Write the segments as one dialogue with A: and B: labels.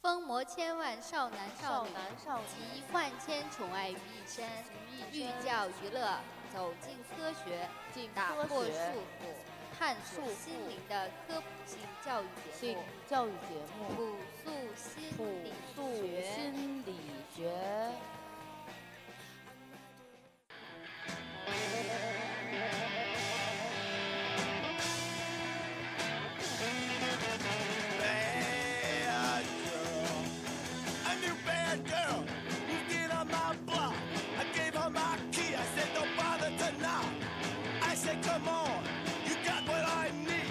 A: 疯魔千万少男少
B: 少
A: 女
B: 男少女，
A: 集万千宠爱于一身，寓教于乐，走进科学，
B: 进
A: 打破
B: 科
A: 束
B: 学
A: 缚，探索
B: 束缚
A: 心灵的科普性教育节
B: 性
A: 目，
B: 教育节目，
A: 朴素心
B: 朴
A: 理
B: 素
A: 学。
B: 心理学。
C: bad girl. I knew bad girl. You get on my block. I gave her my key. I said, don't bother to knock. I said, come on. You got what I need.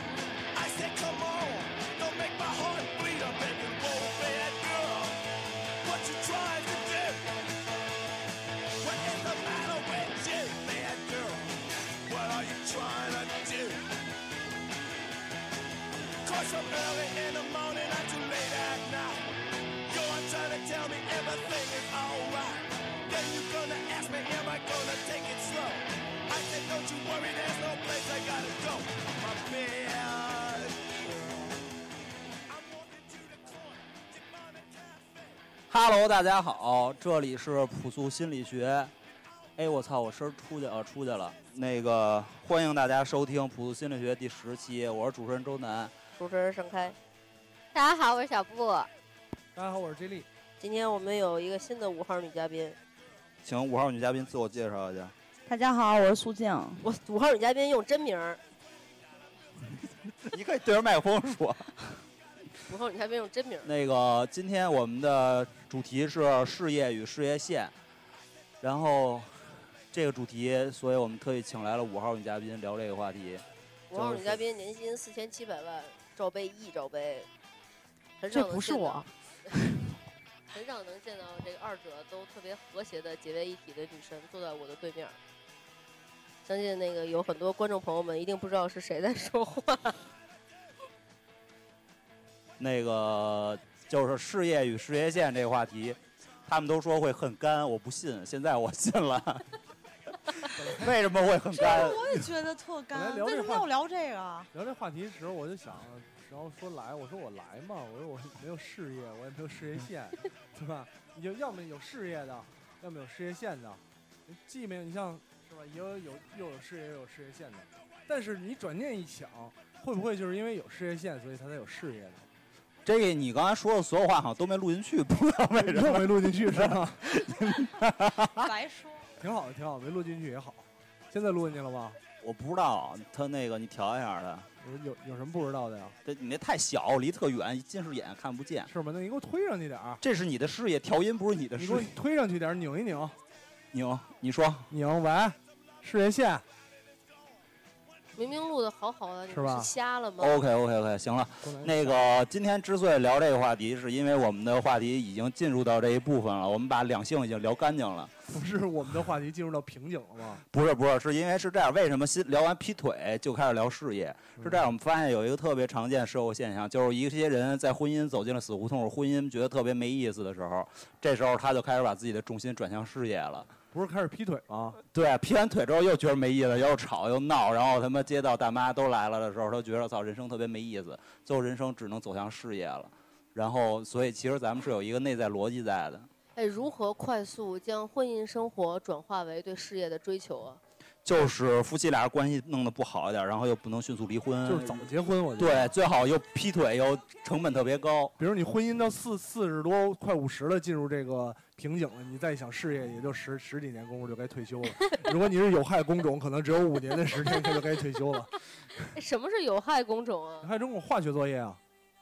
C: I said, come on. Don't make my heart bleed. I'm begging, whoa, bad girl. What you trying to do? What is the matter with you, bad girl? What are you trying to do? Cause I'm early in the morning, I'm too late at night. You're trying to tell me everything is alright. Then you gonna ask me, am I gonna take it slow? I said, don't you worry, there's no place I gotta go. My bed. I'm walking to the corner to find a cafe.
D: Hello，大家好，这里是朴素心理学。哎，我操，我声儿出去呃出去了。那个，欢迎大家收听朴素心理学第十期，我是主持人周楠。
B: 主持人盛开，
A: 大家好，我是小布。
E: 大家好，我是 J 莉。
B: 今天我们有一个新的五号女嘉宾，
D: 请五号女嘉宾自我介绍一下。
F: 大家好，我是苏静。
B: 我五号女嘉宾用真名儿，
D: 你可以对着麦克风说。
B: 五号女嘉宾用真名儿。
D: 那个，今天我们的主题是事业与事业线，然后这个主题，所以我们特意请来了五号女嘉宾聊这个话题。
B: 五号女嘉宾年薪四千七百万，罩杯一罩杯，很少
G: 这
B: 能
G: 不是
B: 见到
G: 我，
B: 很少能见到这个二者都特别和谐的结为一体的女神坐在我的对面儿。相信那个有很多观众朋友们一定不知道是谁在说话。
D: 那个就是事业与事业线这个话题，他们都说会很干，我不信，现在我信了。 为什么会很干？
F: 我也觉得特
E: 本哎来
F: 干，
E: 聊
F: 为
E: 这
F: 什么
E: 话啊
F: 要聊这个？
E: 聊这话题的时候，我就想，然后说来，我说我来嘛，我说我没有事业，我也没有事业 线，对吧？你就要么有事业的，要么有事业线的，既没有你像是吧，也有有又有事业又有事业线的。但是你转念一想，会不会就是因为有事业线，所以他才有事业呢？
D: 这个你刚才说的所有话好像都没录进去，不知道为什么。
E: 没录进去是吧？
F: 白说。
E: 挺好的，挺好，没录进去也好。现在录进去了吗？
D: 我不知道他那个，你调一下他。
E: 有有有什么不知道的呀？
D: 这你那太小，离特远，近视眼看不见。
E: 是吗？那你给我推上去点儿，
D: 这是你的事业，调音不是你的
E: 你
D: 事
E: 给我
D: 业。
E: 推上去点儿，拧一拧。
D: 你你说
E: 拧喂，事业线
B: 明明录的好好的，你
E: 是吧哦
B: 们是瞎了吗？
D: ，OK OK OK，行了。那个今天之所以聊这个话题，是因为我们的话题已经进入到这一部分了，我们把两性已经聊干净了。
E: 不是我们的话题进入到瓶颈了吗？
D: 不是不是，是因为是这样，为什么新聊完劈腿就开始聊事业？
E: 嗯
D: 是这样，我们发现有一个特别常见社会现象，就是一些人在婚姻走进了死胡同，婚姻觉得特别没意思的时候，这时候他就开始把自己的重心转向事业了。
E: 不是开始劈腿吗？
D: 对，啊劈完腿之后又觉得没意思，又吵又闹，然后他妈街道大妈都来了的时候，他觉得操，人生特别没意思，最后人生只能走向事业了。然后，所以其实咱们是有一个内在逻辑在的，
B: 哎，如何快速将婚姻生活转化为对事业的追求啊？
D: 就是夫妻俩关系弄得不好一点，然后又不能迅速离婚，
E: 就是早结婚，我觉
D: 对，
E: 得。
D: 最好又劈腿又成本特别高。
E: 比如你婚姻到四四十多，快五十了，进入这个瓶颈了，你再想事业，也就十十几年功夫就该退休了。 如果你是有害工种，可能只有五年的时间，他就该退 休了。
B: 哎，什么是有害工种
E: 有
B: 啊？
E: 害中国化学作业啊，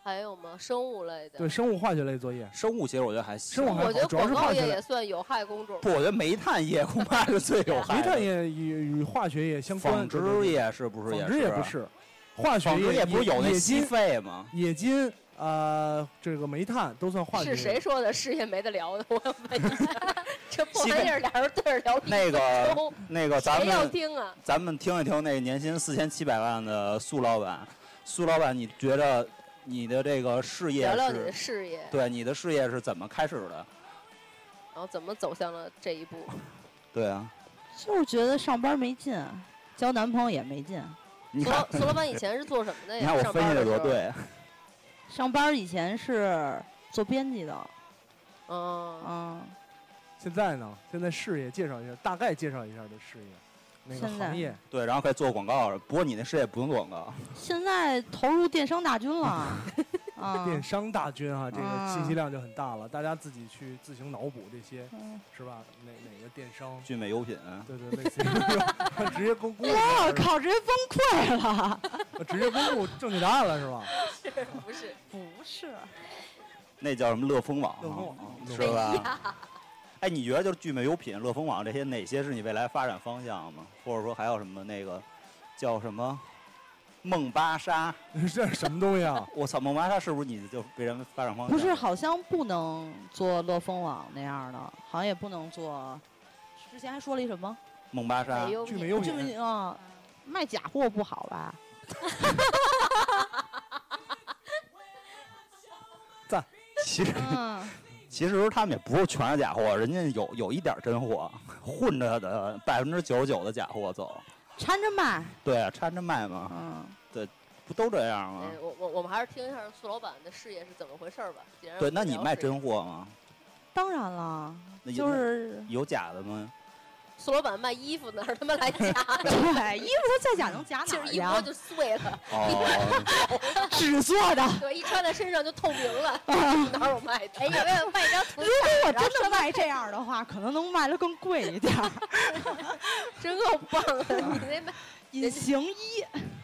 B: 还有吗？生物类的？
E: 哎对，生物化学类作业，
D: 生物其实我觉得还行
E: 生物，还
B: 我觉得
E: 好，主要
B: 广
E: 是
B: 告
E: 化
B: 业
E: 学类
B: 也。算有害工种。
D: 不，我觉得煤炭业恐怕是最有害
E: 煤
D: 的。
E: 炭业与与化学业相关，
D: 纺
E: 对对
D: 织
E: 对
D: 业是不是也
E: 纺织业不
D: 不？
E: 是，化学
D: 纺织
E: 业
D: 业不是有那
E: 冶
D: 吸
E: 金、
D: 肺吗？
E: 冶金呃，这个煤炭都算化学。
B: 是谁？说的事业没得聊的？我 问 一下，这破
D: 西
B: 玩
D: 北
B: 意儿俩人对着聊了一
D: 那个
B: 分钟
D: 那个咱
B: 谁要
D: 们
B: 听啊？
D: 咱们听一听那个年薪四千七百万的苏老板，苏老板，你觉得你的这个事业
B: 聊聊你的
D: 是？
B: 事业，
D: 对你的事业是怎么开始的？
B: 然后怎么走向了这一步？
D: 对啊，
F: 就是觉得上班没劲，交男朋友也没劲。
D: 你
B: 苏
D: 看
B: 老，苏老板以前是做什么的呀？
D: 你看我
B: 上
D: 分析
B: 班
D: 的
B: 的
D: 多
B: 时候，
D: 对，
F: 上班以前是做编辑的，
B: 嗯，
F: 嗯，
E: 现在呢？现在事业介绍一下，大概介绍一下这事业，那个
F: 现在
E: 行业。
D: 对，然后可以做广告。不过你那事业不用做广告，
F: 现在投入电商大军了，啊，
E: 电商大军啊，这个信息
F: 啊
E: 量就很大了，大家自己去自行脑补这些
F: 嗯
E: 是吧？哪哪个电商？
D: 聚美优品。啊
E: 对对，类似于 直接公公布
F: 我
E: 了，
F: 靠，直接崩溃了，
E: 直接公布正确答案了是吧？
B: 不是，
F: 不是，
D: 那叫什么乐蜂网，啊
E: 乐蜂网
D: 是吧？哎，你觉得就是聚美优品、乐蜂网这些，哪些是你未来发展方向吗？或者说还有什么那个叫什么梦芭莎？
E: 这是什么东西啊？
D: 我操，梦芭莎是不是你就被人发展方向？
F: 不是，好像不能做乐蜂网那样的，好像也不能做。之前还说了一什么？
D: 梦芭莎
F: 哎
A: 美，优
E: 聚美
A: 品
E: 优
F: 就
E: 品
F: 是啊，卖假货不好 吧？
D: 其实
F: 嗯，
D: 其实他们也不是全是假货，人家有有一点真货，混着的百分之九十九的假货走，
F: 掺着卖，
D: 对，啊掺着卖嘛，
F: 嗯，
D: 不都这样吗
B: 哎？我我我们还是听一下苏老板的事业是怎么回事儿吧。既然
D: 对，
B: 我们
D: 那你
B: 聊
D: 卖
B: 事业
D: 真货吗？
F: 当然了，
D: 那
F: 就
D: 有
F: 是
D: 有假的吗？
B: 苏老板卖衣服哪儿他妈来假 的？
F: 对，哎衣服再假能假
B: 其
F: 哪儿
B: 实一
F: 去
B: 摸
F: 啊？
B: 就碎了，
D: 哦，
F: 纸做的，
B: 对，一穿在身上就透明了，哪儿有卖的？
A: 哎，有没有办一张图？
F: 如果我 真的卖这样的话，可能能卖的更贵一点儿。
B: 真够
F: 嗯
B: 棒的！ 你那卖，
F: 隐形衣，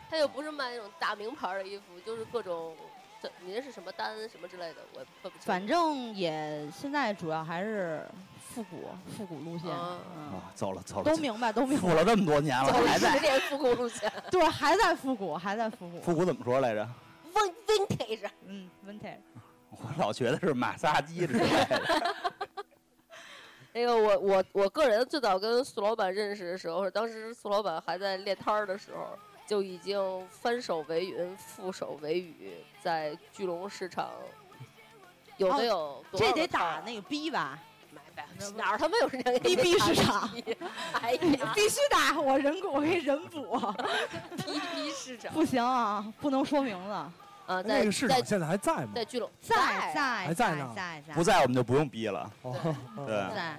B: 他又不是卖那种大名牌儿的衣服，就是各种，这你那是什么单什么之类的，我也分不清。
F: 反正也现在主要还是复古复古路线，
B: 啊
F: 嗯，
D: 啊，走了走了，
F: 都明 白都明
D: 富
F: 白，
D: 了这么多年了，
B: 走了
D: 还 在
B: 十年复古路线
F: 对，还在复古，还在复 古，
D: 复古怎么说来着？
B: ，Vin Vintage，
F: 嗯，vintage，
D: 我老觉得是马萨基之类的。
B: 那个我我我个人最早跟苏老板认识的时候，是当时苏老板还在练摊儿的时候，就已经翻手为云，覆手为雨，在聚龙市场有
F: 哦
B: 没有多少
F: 这
B: 个摊儿啊？
F: 得打那个 B 吧
B: 买百分之哪儿他妈有这个
F: 逼逼市 场？
B: 哎呀，
F: 必须打，我人我给人补，
B: 逼逼市场
F: 不行啊，不能说名字，
B: 啊，
E: 哎那
B: 在
E: 个市场
B: 在
E: 现在还在吗？
B: 在聚龙
F: 在
E: 还
F: 在
E: 在呢
F: 在在
D: 不在我们就不用逼了。
E: 哦，
D: 对
F: 在，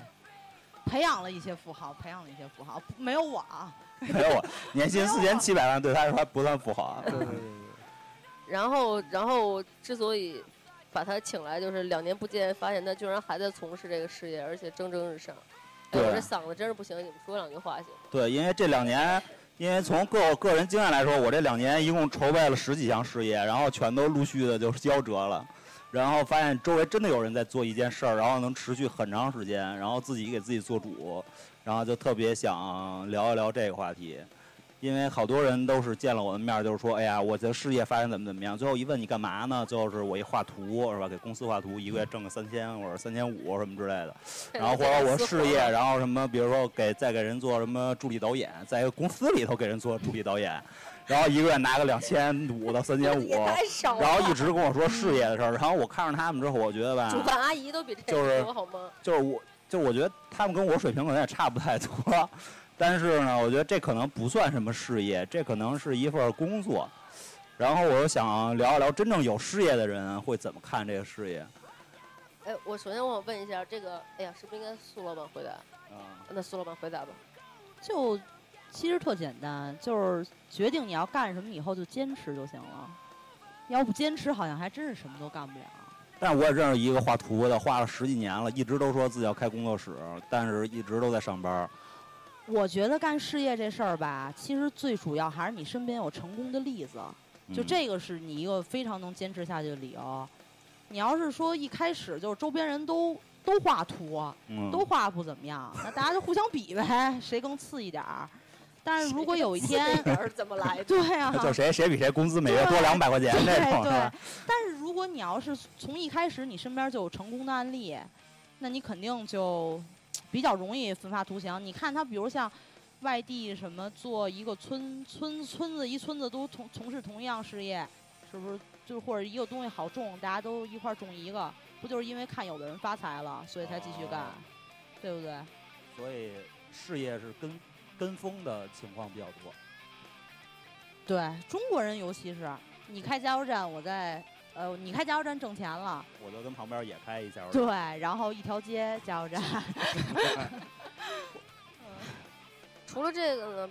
F: 培养了一些富豪，培养了一些富豪，不没有我啊，
D: 没 有我啊年薪四千七百万，对他来说还不算不好啊。
E: 对对对对。
B: 然后，然后之所以把他请来，就是两年不见，发现他居然还在从事这个事业，而且蒸蒸日上。哎，
D: 对
B: 我这嗓子真是不行，你们说两句话行吗？
D: 对，因为这两年，因为从个个人经验来说，我这两年一共筹备了十几项事业，然后全都陆续的就夭折了。然后发现周围真的有人在做一件事儿，然后能持续很长时间，然后自己给自己做主，然后就特别想聊一聊这个话题，因为好多人都是见了我的面儿就是说，哎呀，我的事业发展怎么怎么样，最后一问你干嘛呢？就是我一画图是吧，给公司画图，一个月挣个三千或者三千五什么之类的。然后或者我事业，然后什么，比如说给再给人做什么助理导演， 在一个公司里头给人做助理导演，然后一个月拿个两千五到三千五，
B: 也太少
D: 然
B: 了。
D: 后一直跟我说事业的事儿，然后我看着他们之后，我觉得吧
B: 主，办阿姨都比这
D: 就是
B: 个多好吗？
D: 就是我就是我觉得他们跟我水平可能也差不太多，但是呢，我觉得这可能不算什么事业，这可能是一份工作。然后我又想聊一聊真正有事业的人会怎么看这个事业。
B: 哎，我首先我想问一下，这个，哎呀，是不是应该苏老板回答？
D: 啊，
B: 那苏老板回答吧。
F: 就其实特简单，就是决定你要干什么以后就坚持就行了，要不坚持好像还真是什么都干不了。
D: 但是我也认识一个画图的，画了十几年了，一直都说自己要开工作室，但是一直都在上班。
F: 我觉得干事业这事儿吧，其实最主要还是你身边有成功的例子，就
D: 嗯，
F: 这个是你一个非常能坚持下去的理由。你要是说一开始就是周边人都都画图，
D: 嗯、
F: 都画不怎么样，那大家就互相比呗，谁更次一点儿。但是如果有一天，
B: 哪儿怎么来 的？
F: 对 啊，
D: 就谁谁比谁工资每月多
F: 对
D: 两百块钱这种是
F: 对
D: 吧，
F: 但是如果你要是从一开始你身边就有成功的案例，那你肯定就比较容易奋发图强。你看他，比如像外地什么做一个村村村子一村子都从从事同样事业，是不是？就或者一个东西好种，大家都一块儿种一个，不就是因为看有的人发财了，所以才继续干，
D: 哦
F: 对不对？
D: 所以事业是跟跟风的情况比较多。
F: 对中国人，尤其是你开加油站，我在呃，你开加油站挣钱了，
D: 我就跟旁边也开一下。
F: 对，然后一条街加油站，
B: 除了这个呢，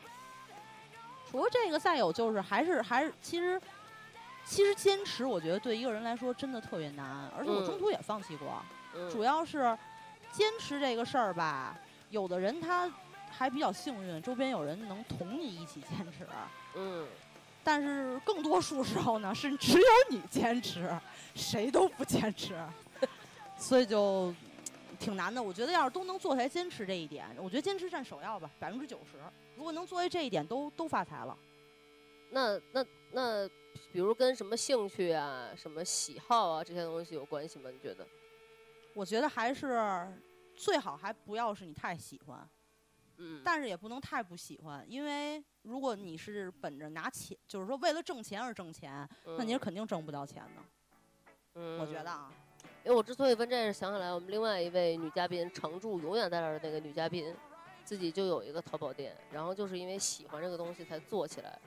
F: 除了这个，再有就是还是还是，其实其实坚持，我觉得对一个人来说真的特别难，而且我
B: 嗯
F: 中途也放弃过，
B: 嗯
F: 主要是坚持这个事儿吧，有的人他还比较幸运，周边有人能同你一起坚持，
B: 嗯，
F: 但是更多数时候呢，是只有你坚持，谁都不坚 持，所以就挺难的。我觉得要是都能做下来坚持这一点，我觉得坚持占首要吧，百分之九十。如果能做下这一点，都都发财了。
B: 那那那，比如跟什么兴趣啊、什么喜好啊这些东西有关系吗？你觉得？
F: 我觉得还是最好还不要是你太喜欢，
B: 嗯，
F: 但是也不能太不喜欢，因为如果你是本着拿钱，就是说为了挣钱而挣钱，那你是肯定挣不到钱的。
B: 嗯，
F: 我觉得啊，
B: 因哎为我之所以问这个，想起来我们另外一位女嘉宾常驻永远在那儿的那个女嘉宾，自己就有一个淘宝店，然后就是因为喜欢这个东西才做起来，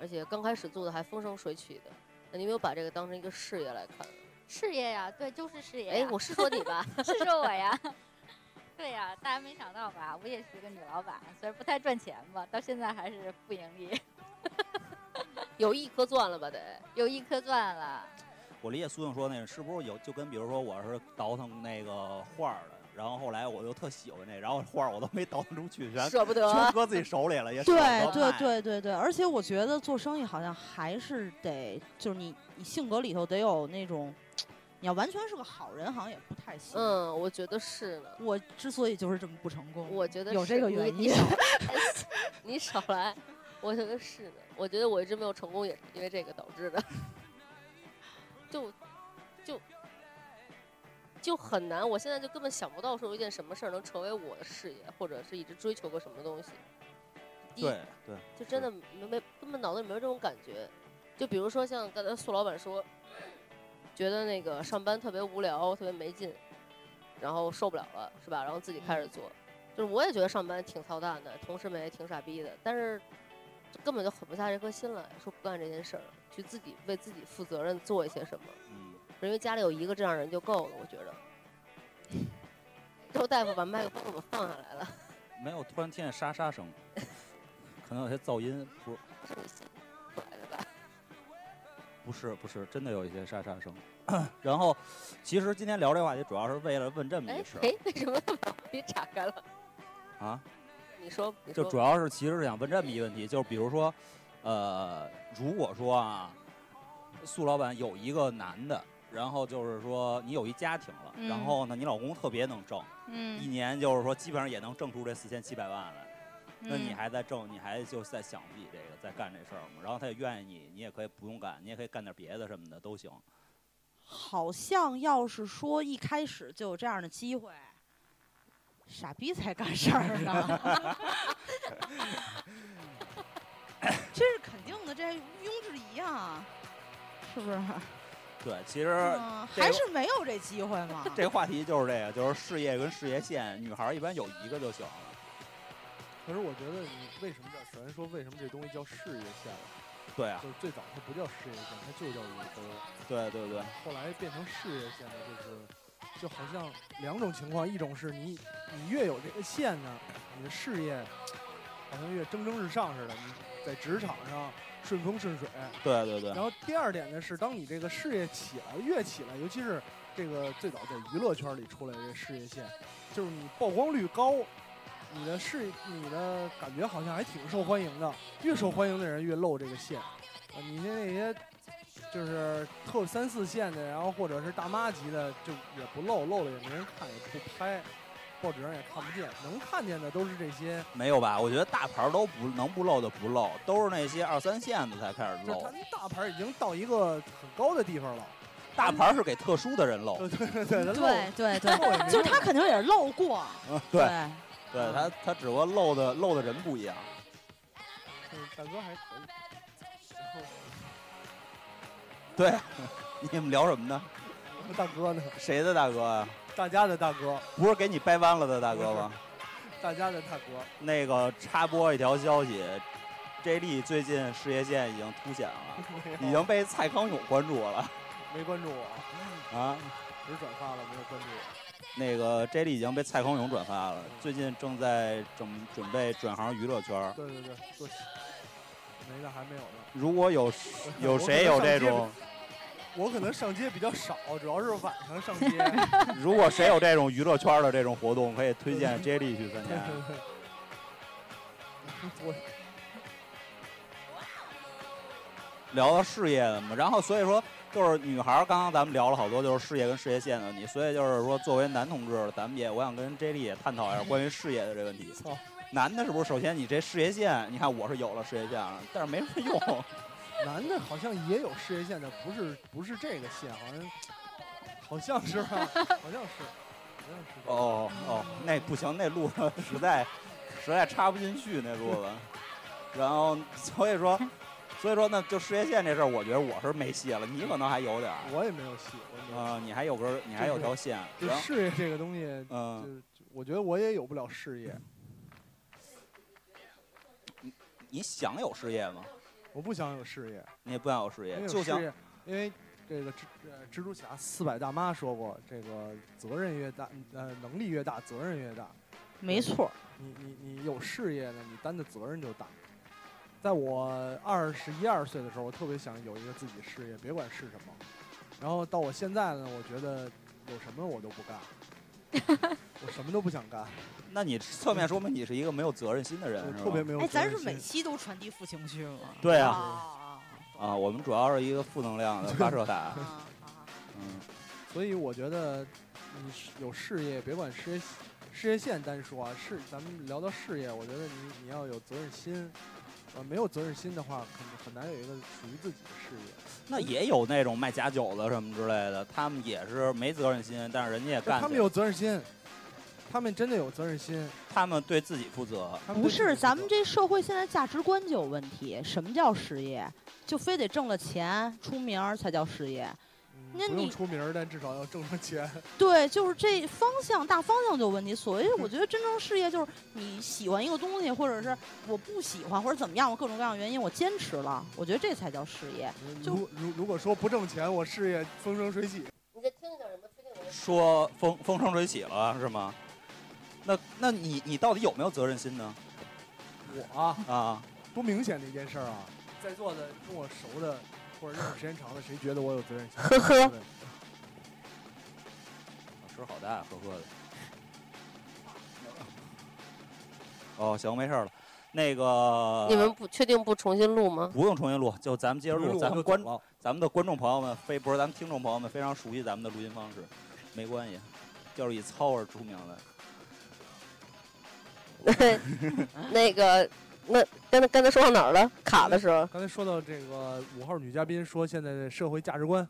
B: 而且刚开始做的还风生水起的。那你有没有把这个当成一个事业来看？
A: 事业呀，对，就是事业
B: 哎
A: 呀。，
B: 我是说你吧，
A: 是说我呀。对呀、大家没想到吧？我也是个女老板，虽然不太赚钱吧，到现在还是不盈利，
B: 有一颗钻了吧得？
A: 有一颗钻了。
D: 我理解苏静说那个是不是有就跟比如说我是倒腾那个画儿的，然后后来我就特喜欢这，然后画儿我都没倒腾出去，全
B: 舍不得。
D: 全搁自己手里了，也舍不
F: 对
D: 得
F: 对
D: 卖。
F: 对对对，而且我觉得做生意好像还是得，就是你你性格里头得有那种，你要完全是个好人，好像也不太行。，
B: 嗯，我觉得是呢。
F: 我之所以就是这么不成功，
B: 我觉得
F: 有
B: 是
F: 这个
B: 你
F: 原
B: 你
F: 因
B: 少 你少来，我觉得是的。我觉得我一直没有成功，也是因为这个导致的。 就就就很难，我现在就根本想不到说有一件什么事儿能成为我的事业，或者是一直追求过什么东西。一
D: 对对，
B: 就真的没没根本脑子里没有这种感觉。就比如说像刚才苏老板说，觉得那个上班特别无聊，特别没劲，然后受不了了，是吧？然后自己开始做，就是我也觉得上班挺操蛋的，同事们也挺傻逼的，但是就根本就狠不下这颗心来，说不干这件事儿，去自己为自己负责任做一些什么。
D: 嗯，
B: 因为家里有一个这样人就够了，我觉 得。周大夫把麦克风给我放下来了，
D: 没有，突然听见沙沙声， 可能有些噪音，不是
B: 是你新过来的吧？
D: 不是不是，真的有一些沙沙声。 然后，其实今天聊这话题主要是啊为了问这么
B: 哎
D: 一事儿
B: 哎，为什么把笔岔开了？
D: 啊，
B: 你说，你
D: 就
B: 说
D: 主要是其实是想问这么一个问题，就是比如说，呃，如果说啊，苏老板有一个男的，然后就是说你有一家庭了，然
F: 嗯
D: 后呢，你老公特别能挣，一
F: 嗯，
D: 年就是说基本上也能挣出这四千七百万来，那你
F: 嗯
D: 还在挣，你还就在想自己这个在干这事儿吗？然后他也愿意你，你也可以不用干，你也可以干点别的什么的都行。
F: 好像要是说一开始就有这样的机会，傻逼才干事儿呢。 这是肯定的，这毋庸置疑啊，是不是？
D: 对，其实。
F: 嗯，
D: 这个
F: 还是没有这机会嘛。
D: 这话题就是这个，就是事业跟事业线，女孩儿一般有一个就行了。
E: 可是我觉得你为什么叫首先说为什么这东西叫事业线了？
D: 对啊，
E: 就是最早它不叫事业线，它就叫五洲，
D: 对对对，
E: 后来变成事业线的就是。就好像两种情况，一种是你你越有这个线呢，你的事业好像越蒸蒸日上似的，你在职场上顺风顺水，
D: 对对对。
E: 然后第二点呢是，当你这个事业起来越起来，尤其是这个最早在娱乐圈里出来的这事业线，就是你曝光率高，你的事你的感觉好像还挺受欢迎的，越受欢迎的人越露这个线。啊，你像那些就是特三四线的，然后或者是大妈级的，就也不露，露了也没人看，也不拍，报纸上也看不见，能看见的都是这些。
D: 没有吧？我觉得大牌儿都不能不露就不露，都是那些二三线的才开始
E: 就是
D: 露
E: 他。们大牌已经到一个很高的地方了，
D: 大牌儿是给特殊的人露，
E: 对对对，他露
F: 对对对，
E: 露也没
F: 就
E: 用
F: 他肯定也是漏过。
D: 嗯
F: 对
D: 对，对他他只不过露的露的人不一样。
E: 嗯，大哥还可以。然后
D: 对，你们聊什么呢？
E: 我 们大哥呢？
D: 谁的大哥啊？
E: 大家的大哥，
D: 不是给你掰弯了的大哥吗？
E: 大家的大哥。
D: 那个插播一条消息，J 莉最近事业线已经凸显了，已经被蔡康永关注了。
E: 没关注我，
D: 啊。
E: 只是转发了，没有关注我。
D: 那个 J 莉已经被蔡康永转发了，最近正在准准备转行娱乐圈儿。
E: 对对对，做戏 没呢，还没有呢。
D: 如果有
E: 我
D: 有
E: 我
D: 谁
E: 可能
D: 有
E: 上
D: 这
E: 街
D: 种，
E: 我可能上街比较少，主要是晚上上 街。
D: 如果谁有这种娱乐圈儿的这种活动，可以推荐 J 莉去参加。
E: 我
D: 聊到事业的嘛，然后所以说就是女孩，儿，刚刚咱们聊了好多就是事业跟事业线的问题，所以就是说作为男同志，咱们也我想跟 J 莉也探讨一下关于事业的这问题
E: 好。
D: 男的是不是首先你这事业线，你看我是有了事业线了，但是没什么用。
E: 男的好像也有事业线的，不是不是这个线，好像好像是吧？好像是，好像是。，
D: 哦哦，那不行，那路 子实在实在插不进去那路子。然后所以说， 所以说呢，就事业线这事儿，我觉得我是没戏了，你可能还有点儿。
E: 我也没有戏，我也没有戏。
D: 啊、你还有根，你还有条线，
E: 就
D: 然后
E: 事业这个东西，
D: 嗯、
E: 就是我觉得我也有不了事业，
D: 你想有事业吗？
E: 我不想有事业。
D: 你也不想有事
E: 因
D: 业，
E: 为有
D: 就
E: 事
D: 想
E: 业因为这个蜘呃蜘蛛侠四百大妈说过，这个责任越大，呃，能力越大，责任越大。
F: 没错儿，
E: 你你你有事业呢，你担的责任就大。在我二十一二岁的时候，我特别想有一个自己事业，别管是什么。然后到我现在呢，我觉得有什么我都不 干，我什么都不想干，
D: 那你侧面说明你是一个没有责任心的人
E: 我，
D: 是
E: 特别
D: 吧
E: 没有责
F: 哎，
E: 任心。
F: 咱是每期都传递负情绪吗？
D: 对啊
F: 啊
D: 啊，我们主要是一个负能量的发射塔
F: 啊，啊！
D: 嗯，
E: 所以我觉得你是有事业，别管事业事业线单说啊，是咱们聊到事业，我觉得你你要有责任心，呃，没有责任心的话，很很难有一个属于自己的事业。
D: 那也有那种卖假酒的什么之类的，他们也是没责任心，但是人家也
E: 就
D: 干
E: 他
D: 起来，
E: 们有责任心，他们真的有责任心。
D: 他们对自己负责，
E: 他们
F: 不
E: 对自己
F: 是，
E: 负
F: 咱们
E: 责
F: 这社会现在价值观就有问题。什么叫事业？就非得挣了钱、出名儿才叫事业？
E: 嗯
F: 那
E: 不用
F: 你
E: 出名儿，但至少要挣上钱。
F: 对，就是这方向大方向就有问题。所谓我觉得真正事业就是你喜欢一个东西，或者是我不喜欢，或者怎么样，我各种各样的原因我坚持了，我觉得这才叫事业。就
E: 如如如果说不挣钱，我事业风生水起。
B: 你在听点什么？推荐什么？
D: 说风风生水起了是吗？那那你你到底有没有责任心呢？
E: 我啊，
D: 啊，
E: 多明显的一件事儿啊！在座的跟我熟的或者认识时间长的，谁觉得我有责任心？
B: 呵呵
E: 对，
D: 声好大，呵呵的。哦，行，没事儿了。那个
B: 你们不确定不重新录 吗？
D: 不用重新录，就咱们接着录。咱们观
E: 了。
D: 咱们的观众朋友们，非不是咱们听众朋友们非常熟悉咱们的录音方式，没关系，就是以糙而出名的。
B: 那个，那刚才刚才说到哪儿了？卡的时候，
E: 刚才说到这个五号女嘉宾说现在的社会价值观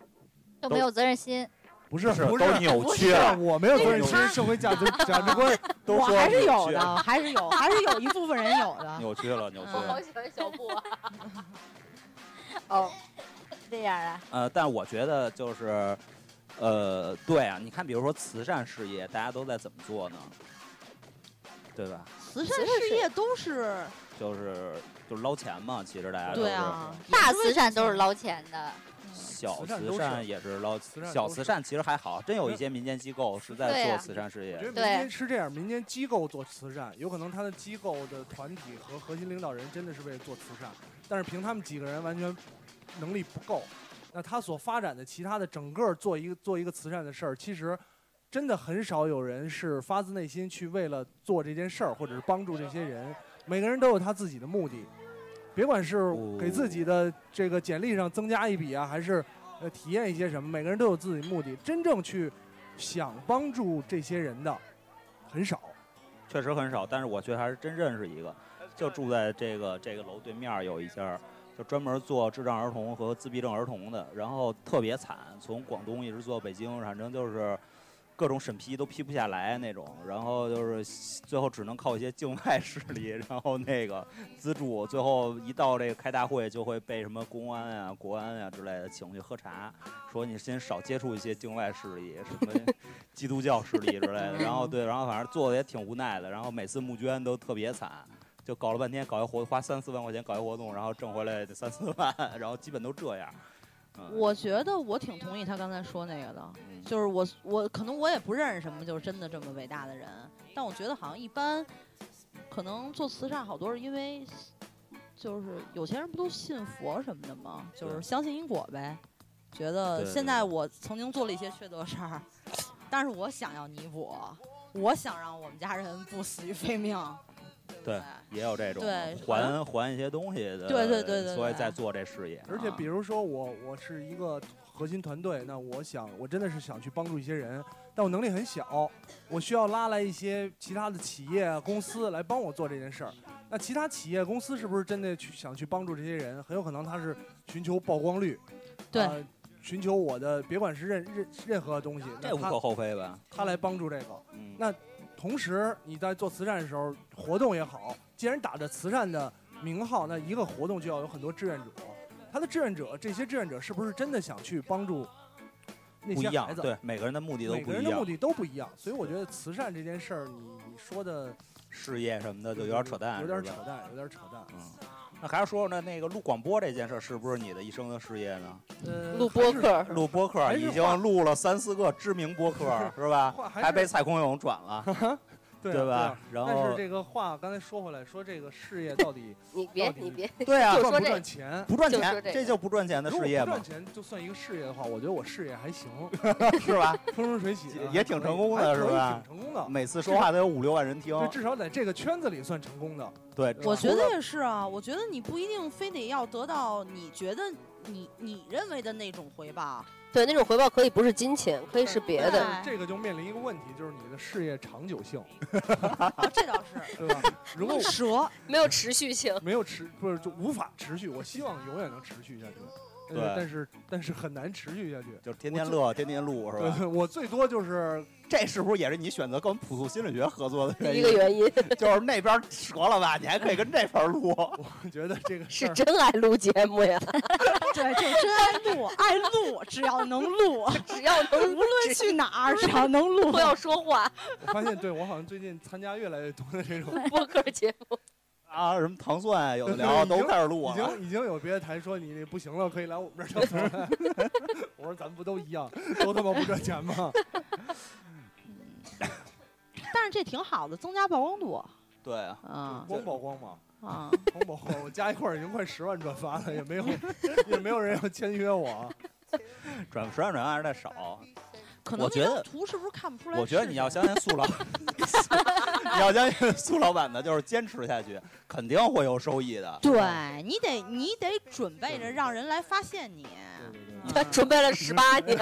A: 就没有责任心。
E: 不是
D: 是
E: 不
D: 都
E: 是
D: 扭
F: 不
D: 曲
F: 是
E: 是
D: 了，
E: 我没有责任
D: 都是
E: 心，
D: 他
E: 社会价值价值观
D: 都
F: 我
D: 说
F: 还是
D: 扭
F: 有
D: 曲
F: 的，还是有，还是有一部分人有的。
D: 扭曲了，扭曲了。
B: 喜欢小布啊！
A: 哦，这样啊，
D: 呃，但我觉得就是，呃，对啊，你看，比如说慈善事业，大家都在怎么做呢？对吧？
F: 慈善
B: 慈善
F: 事
B: 事
F: 业都是
D: 就是就是捞钱嘛，其实大家都
F: 对
D: 是。
F: 啊，
A: 大慈善都是捞钱 的，
D: 小
E: 慈善
D: 慈
E: 都
D: 善
E: 是
D: 也是捞，
E: 慈善
D: 小
E: 都
D: 慈
E: 是
D: 善其实还好，真有一些民间机构是在
A: 对
D: 做
A: 啊
D: 慈善事
E: 我觉得
D: 业。
E: 民
A: 对
E: 间是这样，民间机构做慈善，有可能他的机构的团体和核心领导人真的是为了做慈善，但是凭他们几个人完全能力不够，那他所发展的其他的整个做一个做一个慈善的事儿，其实真的很少有人是发自内心去为了做这件事儿，或者是帮助这些人，每个人都有他自己的目的，别管是给自己的这个简历上增加一笔啊，还是呃体验一些什么，每个人都有自己目的，真正去想帮助这些人的很少。
D: 确实很少，但是我却还是真认识一个，就住在这个这个楼对面儿有一家儿，就专门做智障儿童和自闭症儿童的，然后特别惨，从广东一直做到北京，反正就是各种审批都批不下来那种，然后就是最后只能靠一些境外势力，然后那个资助，最后一到这个开大会就会被什么公安啊、国安啊之类的请去喝茶，说你先少接触一些境外势力，什么基督教势力之类的，然后对，然后反正做的也挺无奈的，然后每次募捐都特别惨。就搞 了半天，搞一活花三四万块钱搞一活动，然后挣回来得三四万，然后基本都这样。嗯
F: 我觉得我挺同意他刚才说那个的，
D: 嗯
F: 就是我我可能我也不认识什么就是真的这么伟大的人，但我觉得好像一般，可能做慈善好多是因为，就是有些人不都信佛什么的吗？就是
D: 对
F: 相信因果呗。觉
D: 对
F: 得
D: 对
F: 现在
D: 对
F: 我曾经做了一些缺德事儿，但是我想要弥补，我想让我们家人不死于非命。对不
D: 对也有这种
F: 对
D: 还还一些东西的，
F: 对对对对
D: 所以
F: 对
D: 在做这事业。啊
E: 而且比如说我我是一个核心团队，那我想我真的是想去帮助一些人，但我能力很小，我需要拉来一些其他的企业啊公司来帮我做这件事儿。那其他企业公司是不是真的去想去帮助这些人？很有可能他是寻求曝光率，
F: 对
E: 呃寻求我的，别管是任任任何东西，
D: 这
E: 那
D: 无可
E: 他
D: 厚非吧？
E: 他来帮助这个。
D: 嗯，
E: 那同时你在做慈善的时候，活动也好，既然打着慈善的名号，那一个活动就要有很多志愿者。他的志愿者，这些志愿者是不是真的想去帮助那
D: 不一
E: 些
D: 样
E: 孩，子？
D: 对，每个人的目的都
E: 每
D: 不
E: 个
D: 一
E: 人的目
D: 样，
E: 的都不一样，所以我觉得慈善这件事儿，你你说的
D: 事业什么的就呃有点扯淡，
E: 有点
D: 是吧
E: 扯淡，有点扯淡。
D: 嗯，那还是说说那那个录广播这件事，是不是你的一生的事业呢？
E: 呃，
B: 录播
E: 还是
B: 客，
D: 录播客
E: 还是
D: 已经录了三四个知名播客，是吧？
E: 话还是
D: 还被蔡康永转了，
E: 对啊
D: 吧？？然
E: 对啊但是
D: 后
E: 这个话刚才说回来，说这个事业 到底
B: 你别
E: 到底
B: 你别，
D: 对啊
B: 就，说
E: 赚不
B: 这
E: 赚钱？
D: 不赚
B: 就
D: 钱
B: 说，这
D: 这
B: 个
D: 就不赚钱的
E: 如果
D: 事
E: 不
D: 业嘛
E: 赚，钱就算一个事业的话，我觉得我事业 还行，
D: 是吧？
E: 风生水起
D: 也
E: 的，
D: 也挺成功的
E: 还可以
D: 是吧
E: 挺成功的，
D: 每次说话都有五六万人听，
E: 对，至少在这个圈子里算成功的。
D: 对，
E: 对
F: 我
E: 吧
F: 觉得也是啊，我觉得你不一定非得要得到你觉得你你认为的那种回报，
B: 对那种回报可以不是金钱，可以是别
E: 但
B: 的。
E: 是这个就面临一个问题，就是你的事业长久性，
F: 啊这倒是。
E: 对吧？如果
F: 蛇，
B: 没有持续性。
E: 没有持，不是就无法持续。我希望永远能持续下去，但是
D: 对
E: 但是但是很难持续下去。
D: 就天天乐，天天录，是
E: 对
D: 吧？
E: 对，我最多就是
D: 这是不是也是你选择跟朴素心理学合作的原
B: 一
D: 因？
B: 个原因
D: 就是那边折了吧，你还可以跟这边 录。
E: 觉得这个事
B: 是
E: 儿，
B: 真爱录节目呀，
F: 对，就真爱录，爱录，只要能录，
B: 只要能
F: 无论去哪儿，只要 能录
B: 不，要说话，
E: 我发现对我好像最近参加越来越多 的这种，
B: 播客节目
D: 啊，什么糖蒜啊有的
E: 对
D: 聊，
E: 对已
D: 都
E: 经
D: 开始录
E: 已
D: 了。
E: 经已经有别的台说你这不行了，可以来我们这儿找咱们。 我说咱们不都一样，都他妈不赚钱吗？
F: 但是这挺好的，增加曝光度，
D: 对啊，
F: 嗯
E: 光曝光嘛。
F: 啊，
E: 黄宝，我加一块儿已经快十万转发了，也 没有也没有人要签约我。啊
D: 转十万转还是太少。
F: 可能
D: 我
F: 那
D: 觉
F: 张
D: 得
F: 图是不是看不出来？
D: 我觉得你要相信苏老， 你要相信苏老板的，就是坚持下去，肯定会有收益的。
F: 对你得你得准备着让人来发现你，
D: 嗯
B: 他准备了十八年，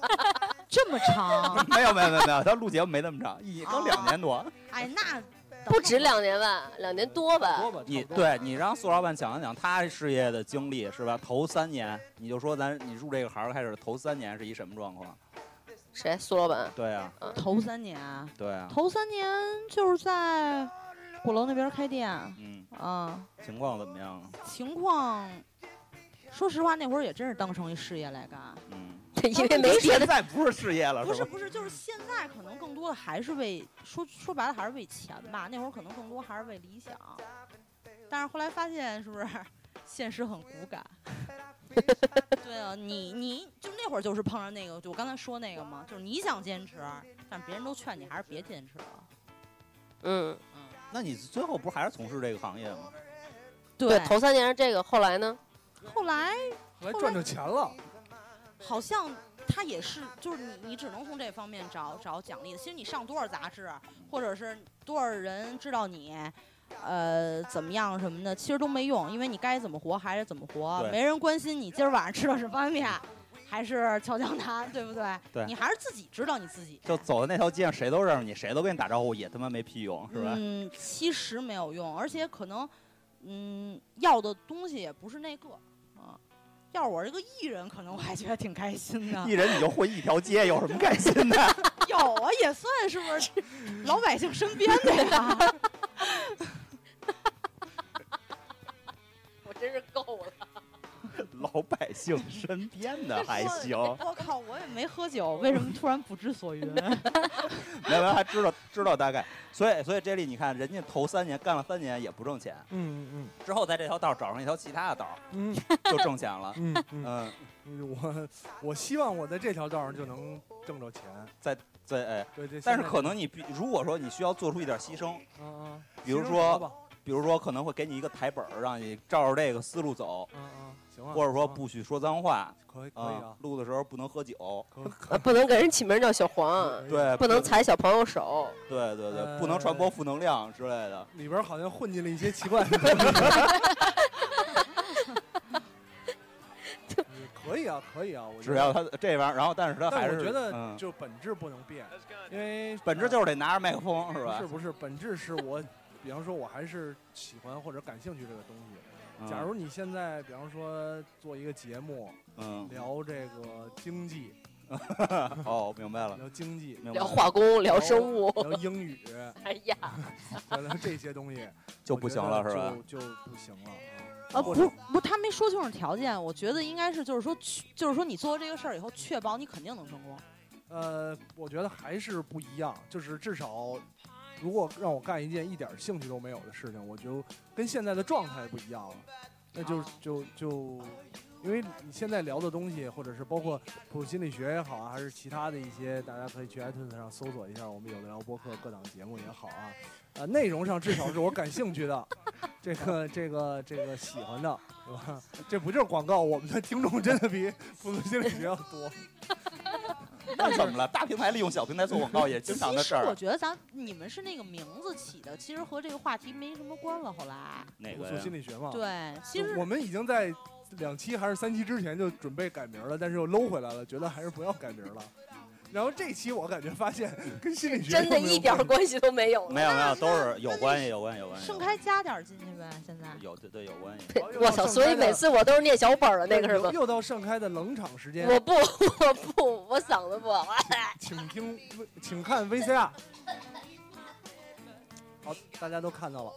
F: 这么长，
D: 没有没有没有没有，他录节目没那么长，一刚两年多。
F: 哎，那
B: 不止两年吧，两年多吧
E: 多。嗯吧，
D: 你
E: 差不多
D: 对你让苏老板讲一讲他事业的经历是吧？头三年，你就说咱你入这个行儿开始头三年是一什么状况？
B: 谁？苏老板？
D: 对啊，
F: 头三年，
D: 对啊，
F: 头三年就是在鼓楼那边开店，
D: 嗯，
F: 啊，
D: 情况怎么样？
F: 情况，说实话那会儿也真是当成一事业来干，
D: 嗯，
B: 因为没别
D: 现
B: 的，
D: 在不是事业了，
F: 不是
D: 吧？
F: 不是，就是现在可能更多的还是为说说白了还是为钱吧，那会儿可能更多还是为理想，但是后来发现是不是现实很骨感？ 对啊，你你就那会儿就是碰上那个，就我刚才说那个嘛，就是你想坚持，但别人都劝你还是别坚持了。
B: 嗯，
F: 嗯，
D: 那你最后不是还是从事这个行业吗？
B: 对，头三年是这个，后来呢？
F: 后来
E: 后来赚着钱了，
F: 好像他也是，就是你你只能从这方面找找奖励的。其实你上多少杂志，啊或者是多少人知道你，呃，怎么样什么的，其实都没用，因为你该怎么活还是怎么活，
D: 对
F: 没人关心你今儿晚上吃了什么方面，还是敲江南，对不对？
D: 对
F: 你还是自己知道你自己。
D: 就走在那条街上，谁都认识你，谁都跟你打招呼，也他妈没屁用，是吧？
F: 嗯，其实没有用，而且可能，嗯，要的东西也不是那个啊。要是我是个艺人，可能我还觉得挺开心的
B: 啊
D: 一。人你就混一条街，有什么开心的？
F: 有啊，也算是不是老百姓身边的 呀？
B: 我真是够了。
D: 老百姓身边的还行，
F: 我靠，我也没喝酒，为什么突然不知所云？
D: 没有还知道知道大概。所以所以这里你看，人家头三年干了三年也不挣钱，
E: 嗯嗯
D: 之后在这条道儿找上一条其他的道儿
E: 嗯。
D: 就挣钱了
E: 嗯嗯，
D: 嗯，
E: 我我希望我在这条道上就能挣着钱。
D: 在哎，
E: 对对，
D: 但是
E: 现在
D: 可能你必如果说你需要做出一点牺牲，
E: 嗯嗯，
D: 比如
E: 牺牲
D: 说
E: 什么吧
D: 比如说可能会给你一个台本儿，让你照着这个思路走，
E: 嗯嗯，行啊，
D: 或者说
E: 行啊
D: 不许说脏话
E: 可以可以
D: 啊
E: 啊，，
D: 录的时候不能喝酒，
E: 可以
B: 呃，不能给人起名叫小黄，啊
E: 可以啊
D: 对，
B: 不能踩小朋友手。
D: 对对对，
E: 呃
D: 不能传播负能量之类的。
E: 里边好像混进了一些奇 怪的也可以啊，可以啊，我觉
D: 只
E: 得
D: 要他这玩意儿，然后但是他还
E: 但
D: 是
E: 我觉得
D: 嗯
E: 就本质不能变，因为
D: 本质就是得拿着麦克风是
E: 不
D: 吧
E: 是？不是，本质是我，比方说我还是喜欢或者感兴趣这个东西。
D: 嗯
E: 假如你现在比方说做一个节目，
D: 嗯
E: 聊这个经济，
D: 哦，明白了，
E: 聊经济，
D: 明白
B: 聊
D: 了
B: 化工，聊生物，
E: 聊英语，
B: 哎呀，
E: 聊聊这些东西
D: 就不行了是吧？？
E: 我觉得就就不行了。啊
F: 呃，不是不是，他没说清楚条件，我觉得应该是就是说确，就是说你做这个事儿以后，确保你肯定能成功。
E: 呃，我觉得还是不一样，就是至少，如果让我干一件一点儿兴趣都没有的事情，我就跟现在的状态不一样了。那就
F: 啊
E: 就就，因为你现在聊的东西，或者是包括普鲁心理学也好啊，还是其他的一些，大家可以去 iTunes 上搜索一下我们有的聊播客各档节目也好啊，呃，内容上至少是我感兴趣的，这个这个这个喜欢的，对吧？这不就是广告？我们的听众真的比普鲁心理学要多。
D: 那怎么了？大平台利用小平台做广告也经常
F: 其
D: 的
F: 实
D: 事
F: 我
D: 儿。
F: 觉得咱你们是那个名字起的，其实和这个话题没什么关了。后来，
D: 哪
E: 我
D: 个
E: 做
D: 呀？
E: 心理学
D: 哦
E: 嘛。
F: 对，其
E: 就
F: 实
E: 我们已经在两期还是三期之前就准备改名了，但是又搂回来了，觉得还是不要改名了。然后这期我感觉 发现跟心理 学
B: 真的
E: 又没有
B: 一点
E: 关系
B: 关系都没有了。
D: 没有没有，都是有关系有关系有关系。
F: 盛开加点儿进去呗。现在
D: 有对对有关系。
E: 又
B: 我
E: 到
B: 操！
E: 盛
B: 所以
E: 开的
B: 每次我都是念小本儿的那个
E: 对
B: 是吗
E: 又？又到盛开的冷场时间，
B: 我不，我不，我嗓子不好。
E: 请听，请看 VCR。好，大家都看到了，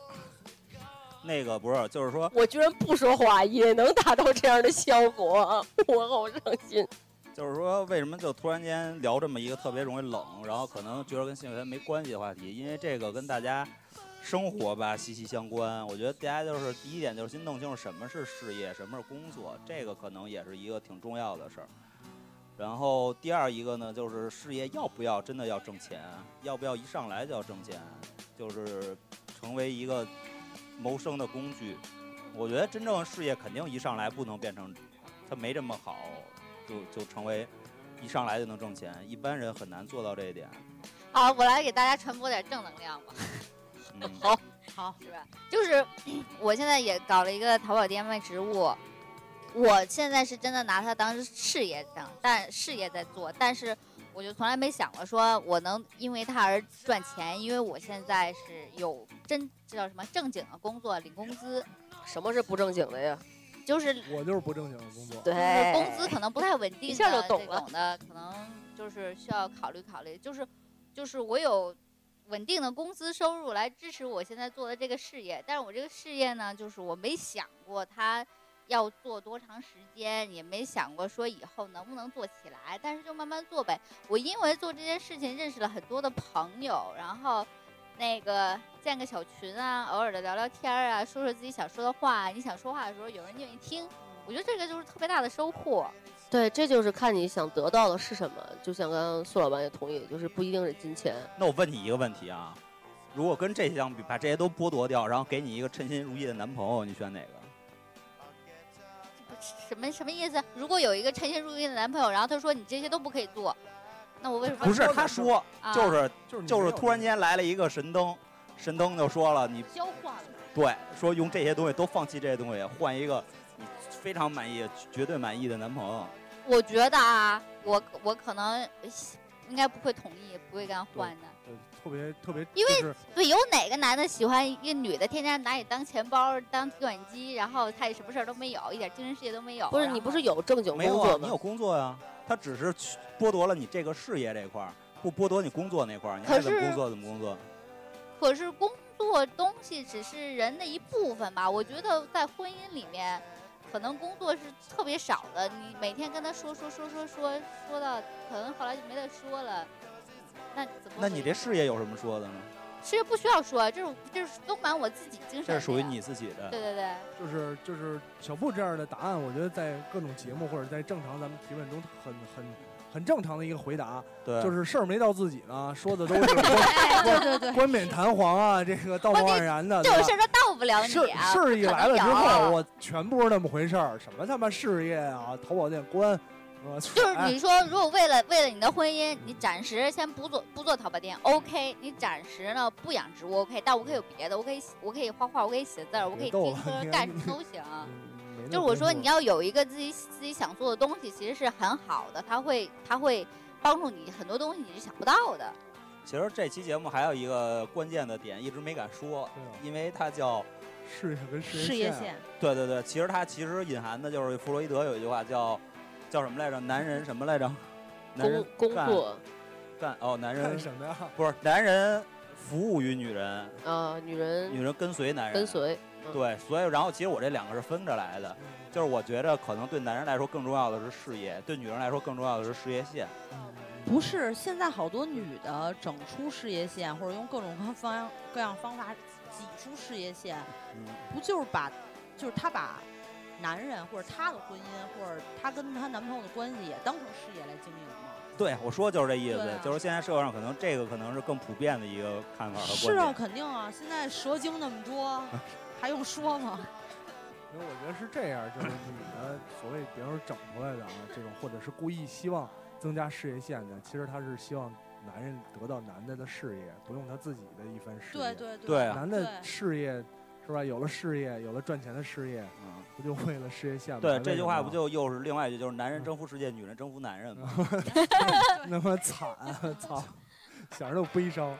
D: 那个不是，就是说
B: 我居然不说话也能达到这样的效果，我好伤心。，
D: 就是说，为什么就突然间聊这么一个特别容易冷，然后可能觉得跟性学没关系的话题？因为这个跟大家生活吧息息相关。我觉得大家就是第一点就是先弄清楚什么是事业，什么是工作，这个可能也是一个挺重要的事儿。然后第二一个呢，就是事业要不要真的要挣钱，要不要一上来就要挣钱，就是成为一个谋生的工具。我觉得真正的事业肯定一上来不能变成，它没这么好，就就成为一上来就能挣钱，一般人很难做到这一点。
A: 好，我来给大家传播点正能量吧，
D: 嗯
B: 好，
F: 好，
A: 是吧？就是 我现在也搞了一个淘宝店卖植物，我现在是真的拿它当事业当，但事业在做，但是我就从来没想过说我能因为它而赚钱，因为我现在是有真这叫什么正经的工作，领工资，
B: 什么是不正经的呀？
A: 就是
E: 我就是不正经的工作。
B: 对
A: 就是，工资可能不太稳定的，
B: 一下就懂了
A: 这种的可能就是需要考虑考虑，就是就是我有稳定的工资收入来支持我现在做的这个事业，但是我这个事业呢，就是我没想过它要做多长时间，也没想过说以后能不能做起来，但是就慢慢做呗。我因为做这件事情认识了很多的朋友，然后那个建个小群啊，偶尔的聊聊天儿啊，说说自己想说的话，你想说话的时候有人愿意听，我觉得这个就是特别大的收获。
B: 对，这就是看你想得到的是什么。就像刚刚苏老板也同意，就是不一定是金钱。
D: 那我问你一个问题啊，如果跟这些相比，把这些都剥夺掉，然后给你一个称心如意的男朋友，你选哪个？
A: 不是什么什么意思？如果有一个称心如意的男朋友，然后他说你这些都不可以做，那我为什么
D: 不是他说，
A: 啊
D: 就是
E: 就是你
D: 就是
E: 嗯没有
D: 突然间来了一个神灯，神灯就说了，你
A: 交换了？
D: 对说用这些东西都放弃这些东西，换一个你非常满意、绝对满意的男朋友。
A: 我觉得啊，我我可能应该不会同意，不会跟他换的。
E: 呃特别特别，
A: 因
E: 为
A: 对，有哪个男的喜欢一个女的，天天拿你当钱包、当提款机，然后他也什么事儿都没有，一点精神世界都没有？
B: 不是
A: 然
B: 你
A: 后
B: 不是有正经
D: 没
B: 工
D: 有啊
B: 作，
D: 你
B: 吗
D: 有？工作呀、他只是去剥夺了你这个事业这块儿，不剥夺你工作那块儿，你
A: 可
D: 爱怎么
A: 是
D: 工作怎么工作。
A: 可是工作东西只是人的一部分吧？我觉得在婚姻里面，可能工作是特别少的。你每天跟他说说说说说说到，可能后来就没得说了。那怎么？
D: 那你这事业有什么说的呢？
A: 这不需要说，这是这是丰满我自己精神。
D: 这是属于。你自己的。
A: 对对对，
E: 就是就是小布这样的答案，我觉得在各种节目或者在正常咱们提问中很很很正常的一个回答，
D: 对，
E: 就是事儿没到自己呢，说的都是冠
A: 哎，
F: 对对对，
E: 冠冕堂皇啊，这个道貌岸然 的。
A: 这
E: 对
A: 种
E: 吧
A: 事儿他到不了
E: 事儿
A: 你啊。
E: 事儿一
A: 可
E: 来
A: 能
E: 了之
A: 有啊
E: 后，我全不是那么回事儿，什么他妈事业啊，淘宝店关，我哎
A: 就
E: 就是
A: 你说，如果为了为了你的婚姻，你暂时先不做不做淘宝店，OK，你暂时呢不养植物，OK，但我可以有别的，我可以我可以画画，我可以写字儿，我可以
E: 别逗
A: 听
E: 了
A: 歌
E: 你，
A: 干什
E: 你
A: 么 都行。
E: 嗯没那
A: 就是我
E: 功
A: 说
E: 夫
A: 你要有一个自己自己想做的东西，其实是很好的，它会它会帮助你很多东西你是想不到的。
D: 其实这期节目还有一个关键的点，一直没敢说，
E: 对啊
D: 因为它叫
E: 事业跟
F: 事业线，
D: 对对对，其实它其实隐含的就是弗洛伊德有一句话叫叫什么来着？男人什么来着？ 男人
B: 工工
D: 干
B: 作
D: 干哦，男
E: 干
D: 人
E: 什么呀？
D: 不是男人服务于女人，
B: 啊，女
D: 女
B: 人
D: 人跟随男人。
B: 跟。随，嗯
D: 对，所以然后其实我这两个是分着来的，就是我觉着可能对男人来说更重要的是事业，对女人来说更重要的是事业线。
F: 不是现在好多女的整出事业线，或者用各种各方 样各样方法挤出事业线，
D: 嗯，
F: 不就是把，就是她把男人或者她的婚姻或者她跟她男朋友的关系也当成事业来经营吗？
D: 对，我说就是这意思，
F: 对啊
D: 就是现在社会上可能这个可能是更普遍的一个看法和观点。
F: 是啊，肯定啊，现在蛇精那么 多，还用说吗？
E: 因为我觉得是这样，就是女的所谓别人说整出来的啊，这种或者是故意希望增加事业线的，其实她是希望男人得到男的的事业，不用他自己的一番事业。
F: 对对对
D: 对啊
E: 男
F: 对
E: 的事业是吧？有了事业，有了赚钱的事业，
D: 嗯
E: 不就为了事业线吗？还
D: 对，
E: 为
D: 这句
E: 什
D: 话
E: 么
D: 不就又是另外一句，就是男人征服世界，女人征服男人嘛。
E: 那么惨？操，想着都悲伤。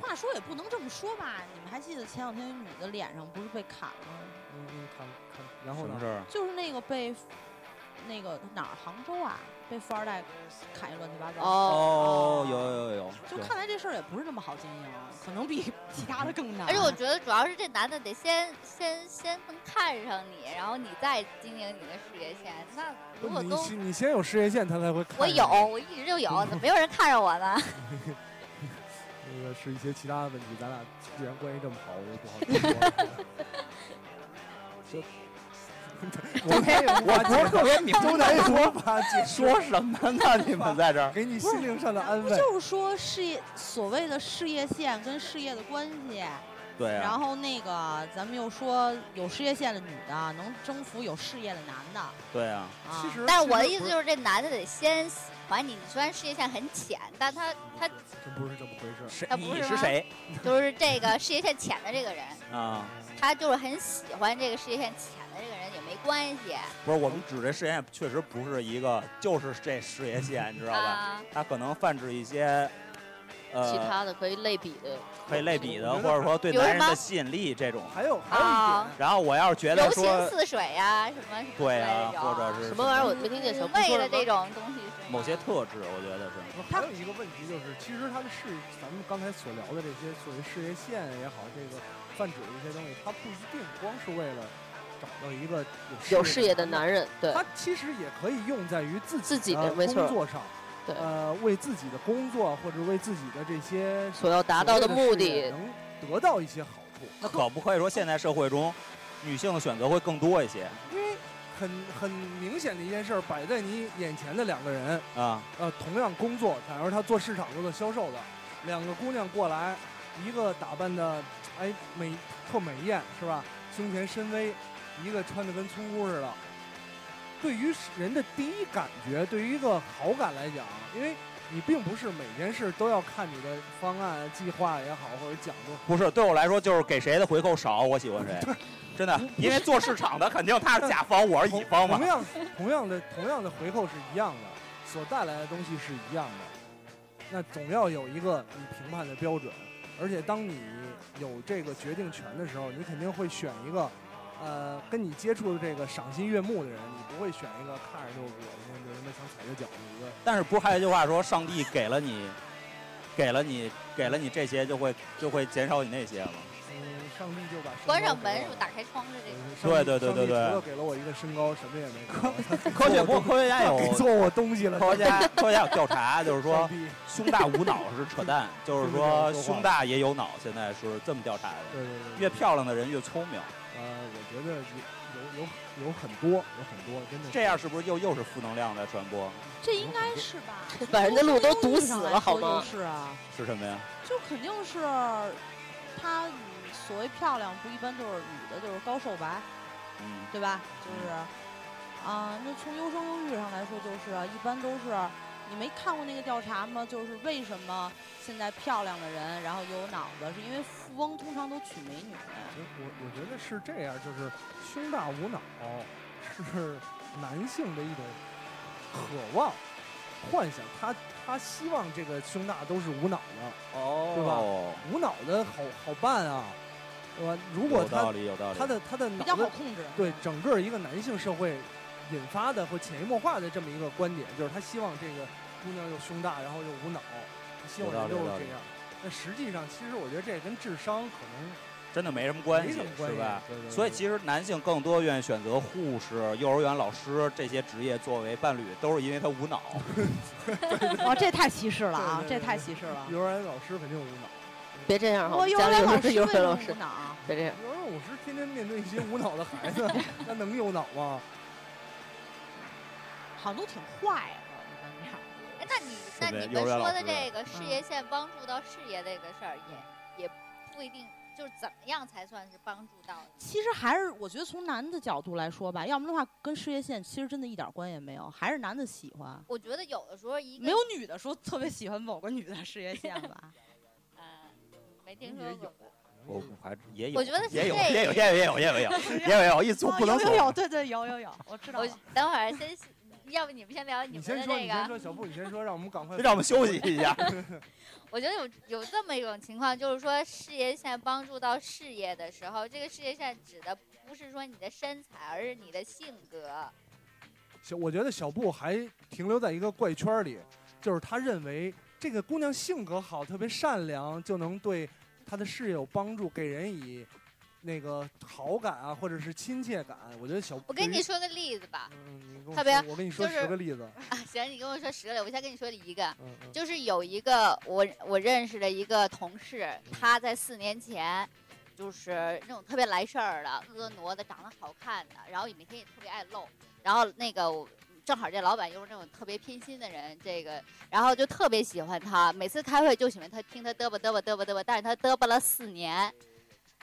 F: 话说也不能这么说吧？你们还记得前两天有女的脸上不是被砍了吗？
E: 嗯嗯，看看，然后
D: 什么事
E: 呢？
D: 儿？啊
F: 就是那个被那个哪儿杭州啊，被富二代砍一乱七八糟。
B: 哦，
D: 哦，有有有有。
F: 就
D: 有
F: 看来这事儿也不是那么好经营，可能比其他的更难。
A: 而且
E: 哎
A: 我觉得主要是这男的得先先先能看上你，然后你再经营你的事业线。那如果
E: 你
A: 都
E: 先你先有事业线，他才会看
A: 我
E: 上
A: 有，
E: 你
A: 我一直就有，怎么没有人看上我呢？
E: 那个是一些其他的问题，咱俩既然关系这么好，我就不好 多 说了。就我没有
D: 我不是特别明
E: 周
D: 白
E: 南国法解说，
D: 说什么呢？你们在这儿？
E: 给你心灵上的安
F: 不
E: 慰。
F: 就是说事业所谓的事业线跟事业的关系，
D: 对
F: 然
D: 啊，
F: 后那个咱们又说有事业线的女的能征服有事业的男的啊。
D: 对啊，
E: 其实，
A: 但是我的
E: 其实
A: 意思就是，这男的得先喜欢你。你虽然事业线很浅，但他他
E: 真不是这么回事儿。
D: 谁
A: 他不
D: 你
A: 是
D: 是
A: 吗
D: 谁
A: 就是这个事业线浅的这个人，
D: 啊？
A: 他就是很喜欢这个事业线浅的这个人也没关系
D: 不是，我们指这事业线确实不是一个，就是这事业线，你知道吧？
A: 啊。
D: 它可能泛指一些，呃，
B: 其他的可以类比的，
D: 可以类比的，
E: 我
D: 或
E: 觉得
D: 者说对
A: 比如
D: 男人
A: 什
D: 的
A: 么
D: 吸引力这种。
E: 还有还有一
A: 啊
D: 然
E: 点，
D: 后我要是觉得
A: 柔情
D: 说，
A: 似水呀、什么什么之类
D: 对
A: 的
D: 啊，
A: 这种
D: 或者是
B: 什么玩意儿我没听见小
A: 妩
B: 布
A: 媚
B: 说
A: 的
B: 什
A: 这
B: 么。
A: 种东西是吗
D: 某些特质，我觉得是。
E: 还有一个问题就是，其实他的事，咱们刚才所聊的这些所谓事业线也好，这个泛指的一些东西，它不一定光是为了找到一个
B: 有事业的男人，对
E: 它其实也可以用在于自
B: 自己
E: 的
B: 的没错
E: 工作上，
B: 对
E: 呃，为自己的工作或者为自己的这些
B: 所要达到
E: 所
B: 的
E: 谓的
B: 目
E: 事业
B: 的，
E: 能得到一些好处，
D: 那可不可以说现在社会中，女性的选择会更多一些
E: 因为很很明显的一件事儿摆在你眼前的两个人，
D: 啊？
E: 呃，同样工作，假如他做市场做做销售的，两个姑娘过来，一个打扮的哎美特美艳是吧，胸前深 V，一个穿的跟村姑似的。对于人的第一感觉，对于一个好感来讲，因为你并不是每件事都要看你的方案、计划也好，或者讲究
D: 不是，对我来说就是给谁的回扣少，我喜欢 谁。真的，因为做市场的肯定他是甲方，我是乙方 嘛
E: 同。样，同样的，同样的回扣是一样的，所带来的东西是一样的。那总要有一个你评判的标准，而且当你有这个决定权的时候，你肯定会选一个，呃，跟你接触的这个赏心悦目的人，你不会选一个看着就恶心、有人家想踩着脚的一个。
D: 但是不是还有一句话说，上帝给了你给了你给了你这些，就会就会减少你那 些嘛。
E: 嗯，上帝就把身
A: 关
E: 高
A: 上
E: 给
A: 门
E: 我
A: 是不是
E: 了
A: 打开窗是这个？
E: 上帝
D: 对对对对
E: 上帝
D: 对
E: 除了给了我一个身高，什么也没给我。 他给
D: 科学
E: 做
D: 不
E: 我
D: 科学家 有
E: 东给做我东西了。
D: 科学家科学家有调查，就是
E: 上
D: 说
E: 帝
D: 胸大无脑是扯淡，就是说胸大也有脑，现在是这么调查的。
E: 对对对，
D: 越漂亮的人越聪明，
E: 呃，我觉得有有有有很多，有很多，真的是
D: 这样是不是又又是负能量的传播？
F: 这应该是吧？
B: 把人家路都堵死
F: 上来
B: 了好
F: 说就
B: 吗？
F: 是啊，
D: 是什么呀？
F: 就肯定是她嗯所谓漂亮，不一般就是女的，就是高瘦白，
D: 嗯，
F: 对吧？就是啊、那从优生优育上来说，就是啊一般都是你没看过那个调查吗？就是为什么现在漂亮的人，然后有脑子，是因为富翁通常都娶美女。
E: 其实我我觉得是这样，就是胸大无脑是男性的一种渴望、幻想，他他希望这个胸大都是无脑的，
D: 哦，
E: 无脑的好好办啊，对吧？如
D: 有
E: 果
D: 道
E: 他
D: 理，有道理。
E: 他的他的
F: 比较
E: 脑子
F: 好控制，
E: 对整个一个男性社会引发的或潜移默化的这么一个观点，就是他希望这个姑娘又胸大，然后又无脑，他希望
D: 有道理
E: 人都是
D: 有道理
E: 这样。那实际上，其实我觉得这跟智商可
D: 真的没什么
E: 能
D: 关
E: 没
D: 系
E: 什么，关
D: 是
E: 系啊
D: 吧？？
E: 对对对
D: 所以
E: 对
D: 其实男性更多愿意选择护士、幼儿园老师这些职业作为伴侣，都是因为他无 脑。
F: 哇，哦这太歧视了啊！
E: 对对
F: 这
E: 对
F: 太歧视了。
E: 幼儿园哎老师肯定无脑，
B: 别这样哈，
F: 我
B: 们
F: 幼
B: 家
F: 儿
B: 里
F: 园
B: 有
F: 老
B: 人
F: 师
B: 是幼儿园老
F: 为什
B: 师
F: 么，无脑啊
B: 别这样。
E: 幼儿园老师天天面对一些无脑的孩子，那能有脑吗？
F: 好像都挺坏的，一般这样。
A: 哎，那你那
D: 呗
A: 你们
D: 幼儿
A: 说
D: 园老
A: 的
D: 师
A: 这个事
F: 嗯
A: 业线帮助到事业这个事儿，也也不一定，就是怎么样才算是帮助到呢？
F: 其实还是我觉得从男的角度来说吧，要不然的话跟事业线其实真的一点关系也没有，还是男的喜欢。
A: 我觉得有的时候一个
F: 没有女的说特别喜欢某个女的事业线吧？
A: 啊，没听说过吧。
D: 我还也有，
A: 我觉得是
D: 也有，
A: 这
D: 也有，也有，也有，也有，也有，也有，也有一组
F: 啊
D: 不能
E: 哦
F: 有有有，
D: 走。
F: 对对有有有，我知道
A: 我
F: 了。
A: 等会儿先，要不你们先聊你
E: 啊你
A: 们
E: 先
A: 的
E: 说，
A: 这
E: 你先
A: 个。
E: 说，小布，你先说，让我们 赶快。
D: 让我们休息一下。
A: 我觉得有有这么一种情况，就是说事业线帮助到事业的时候，这个事业线指的不是说你的身材，而是你的性格。
E: 小，我觉得小布还停留在一个怪圈儿里，就是他认为这个姑娘性格好，特别善良，就能对她的事业有帮助，给人以那个好感啊，或者是亲切感。我觉得小布，
A: 我跟你，说个例子吧，
E: 嗯，你跟我
A: 特别
E: 说我跟你说
A: 就是
E: 十个例子，
A: 啊，行，你跟我说十个了，我先跟你说一个，
E: 嗯嗯，
A: 就是有一个我我认识的一个同事，他在四年前，就是那种特别来事儿的、婀娜的、长得好看的，然后每天也特别爱露，然后那个我正好这老板又是那种特别偏心的人，这个然后就特别喜欢他，每次开会就喜欢他听他嘚吧嘚吧嘚吧嘚吧，但是他嘚吧了四年。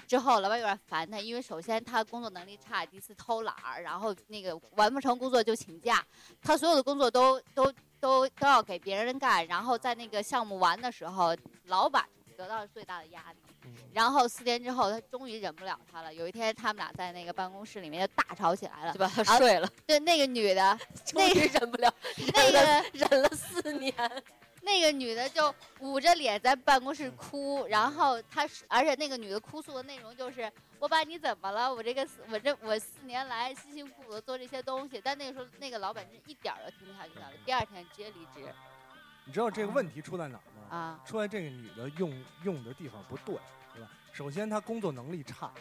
A: 之后，老板有点烦他，因为首先他工作能力差，第一次偷懒儿，然后那个完不成工作就请假，他所有的工作都都都都要给别人干，然后在那个项目完的时候，老板得到了最大的压力。
E: 嗯
A: 然后四天之后，他终于忍不了他了。有一天，他们俩在那个办公室里面就大吵起来了
B: 就。把他
A: 啊
B: 睡了，
A: 对，那个女的，
B: 终于忍不了，
A: 那个
B: 忍了四年。
A: 那个女的就捂着脸在办公室哭，然后她是，而且那个女的哭诉的内容就是：“我把你怎么了？我这个四，我这我四年来辛辛苦苦的做这些东西。”但那个时候，那个老板是一点儿都听不下去了，第二天直接离职
E: 你知道这个问题出在哪儿吗？
A: 啊。
E: 出来这个女的用用的地方不对，对吧？首先她工作能力差，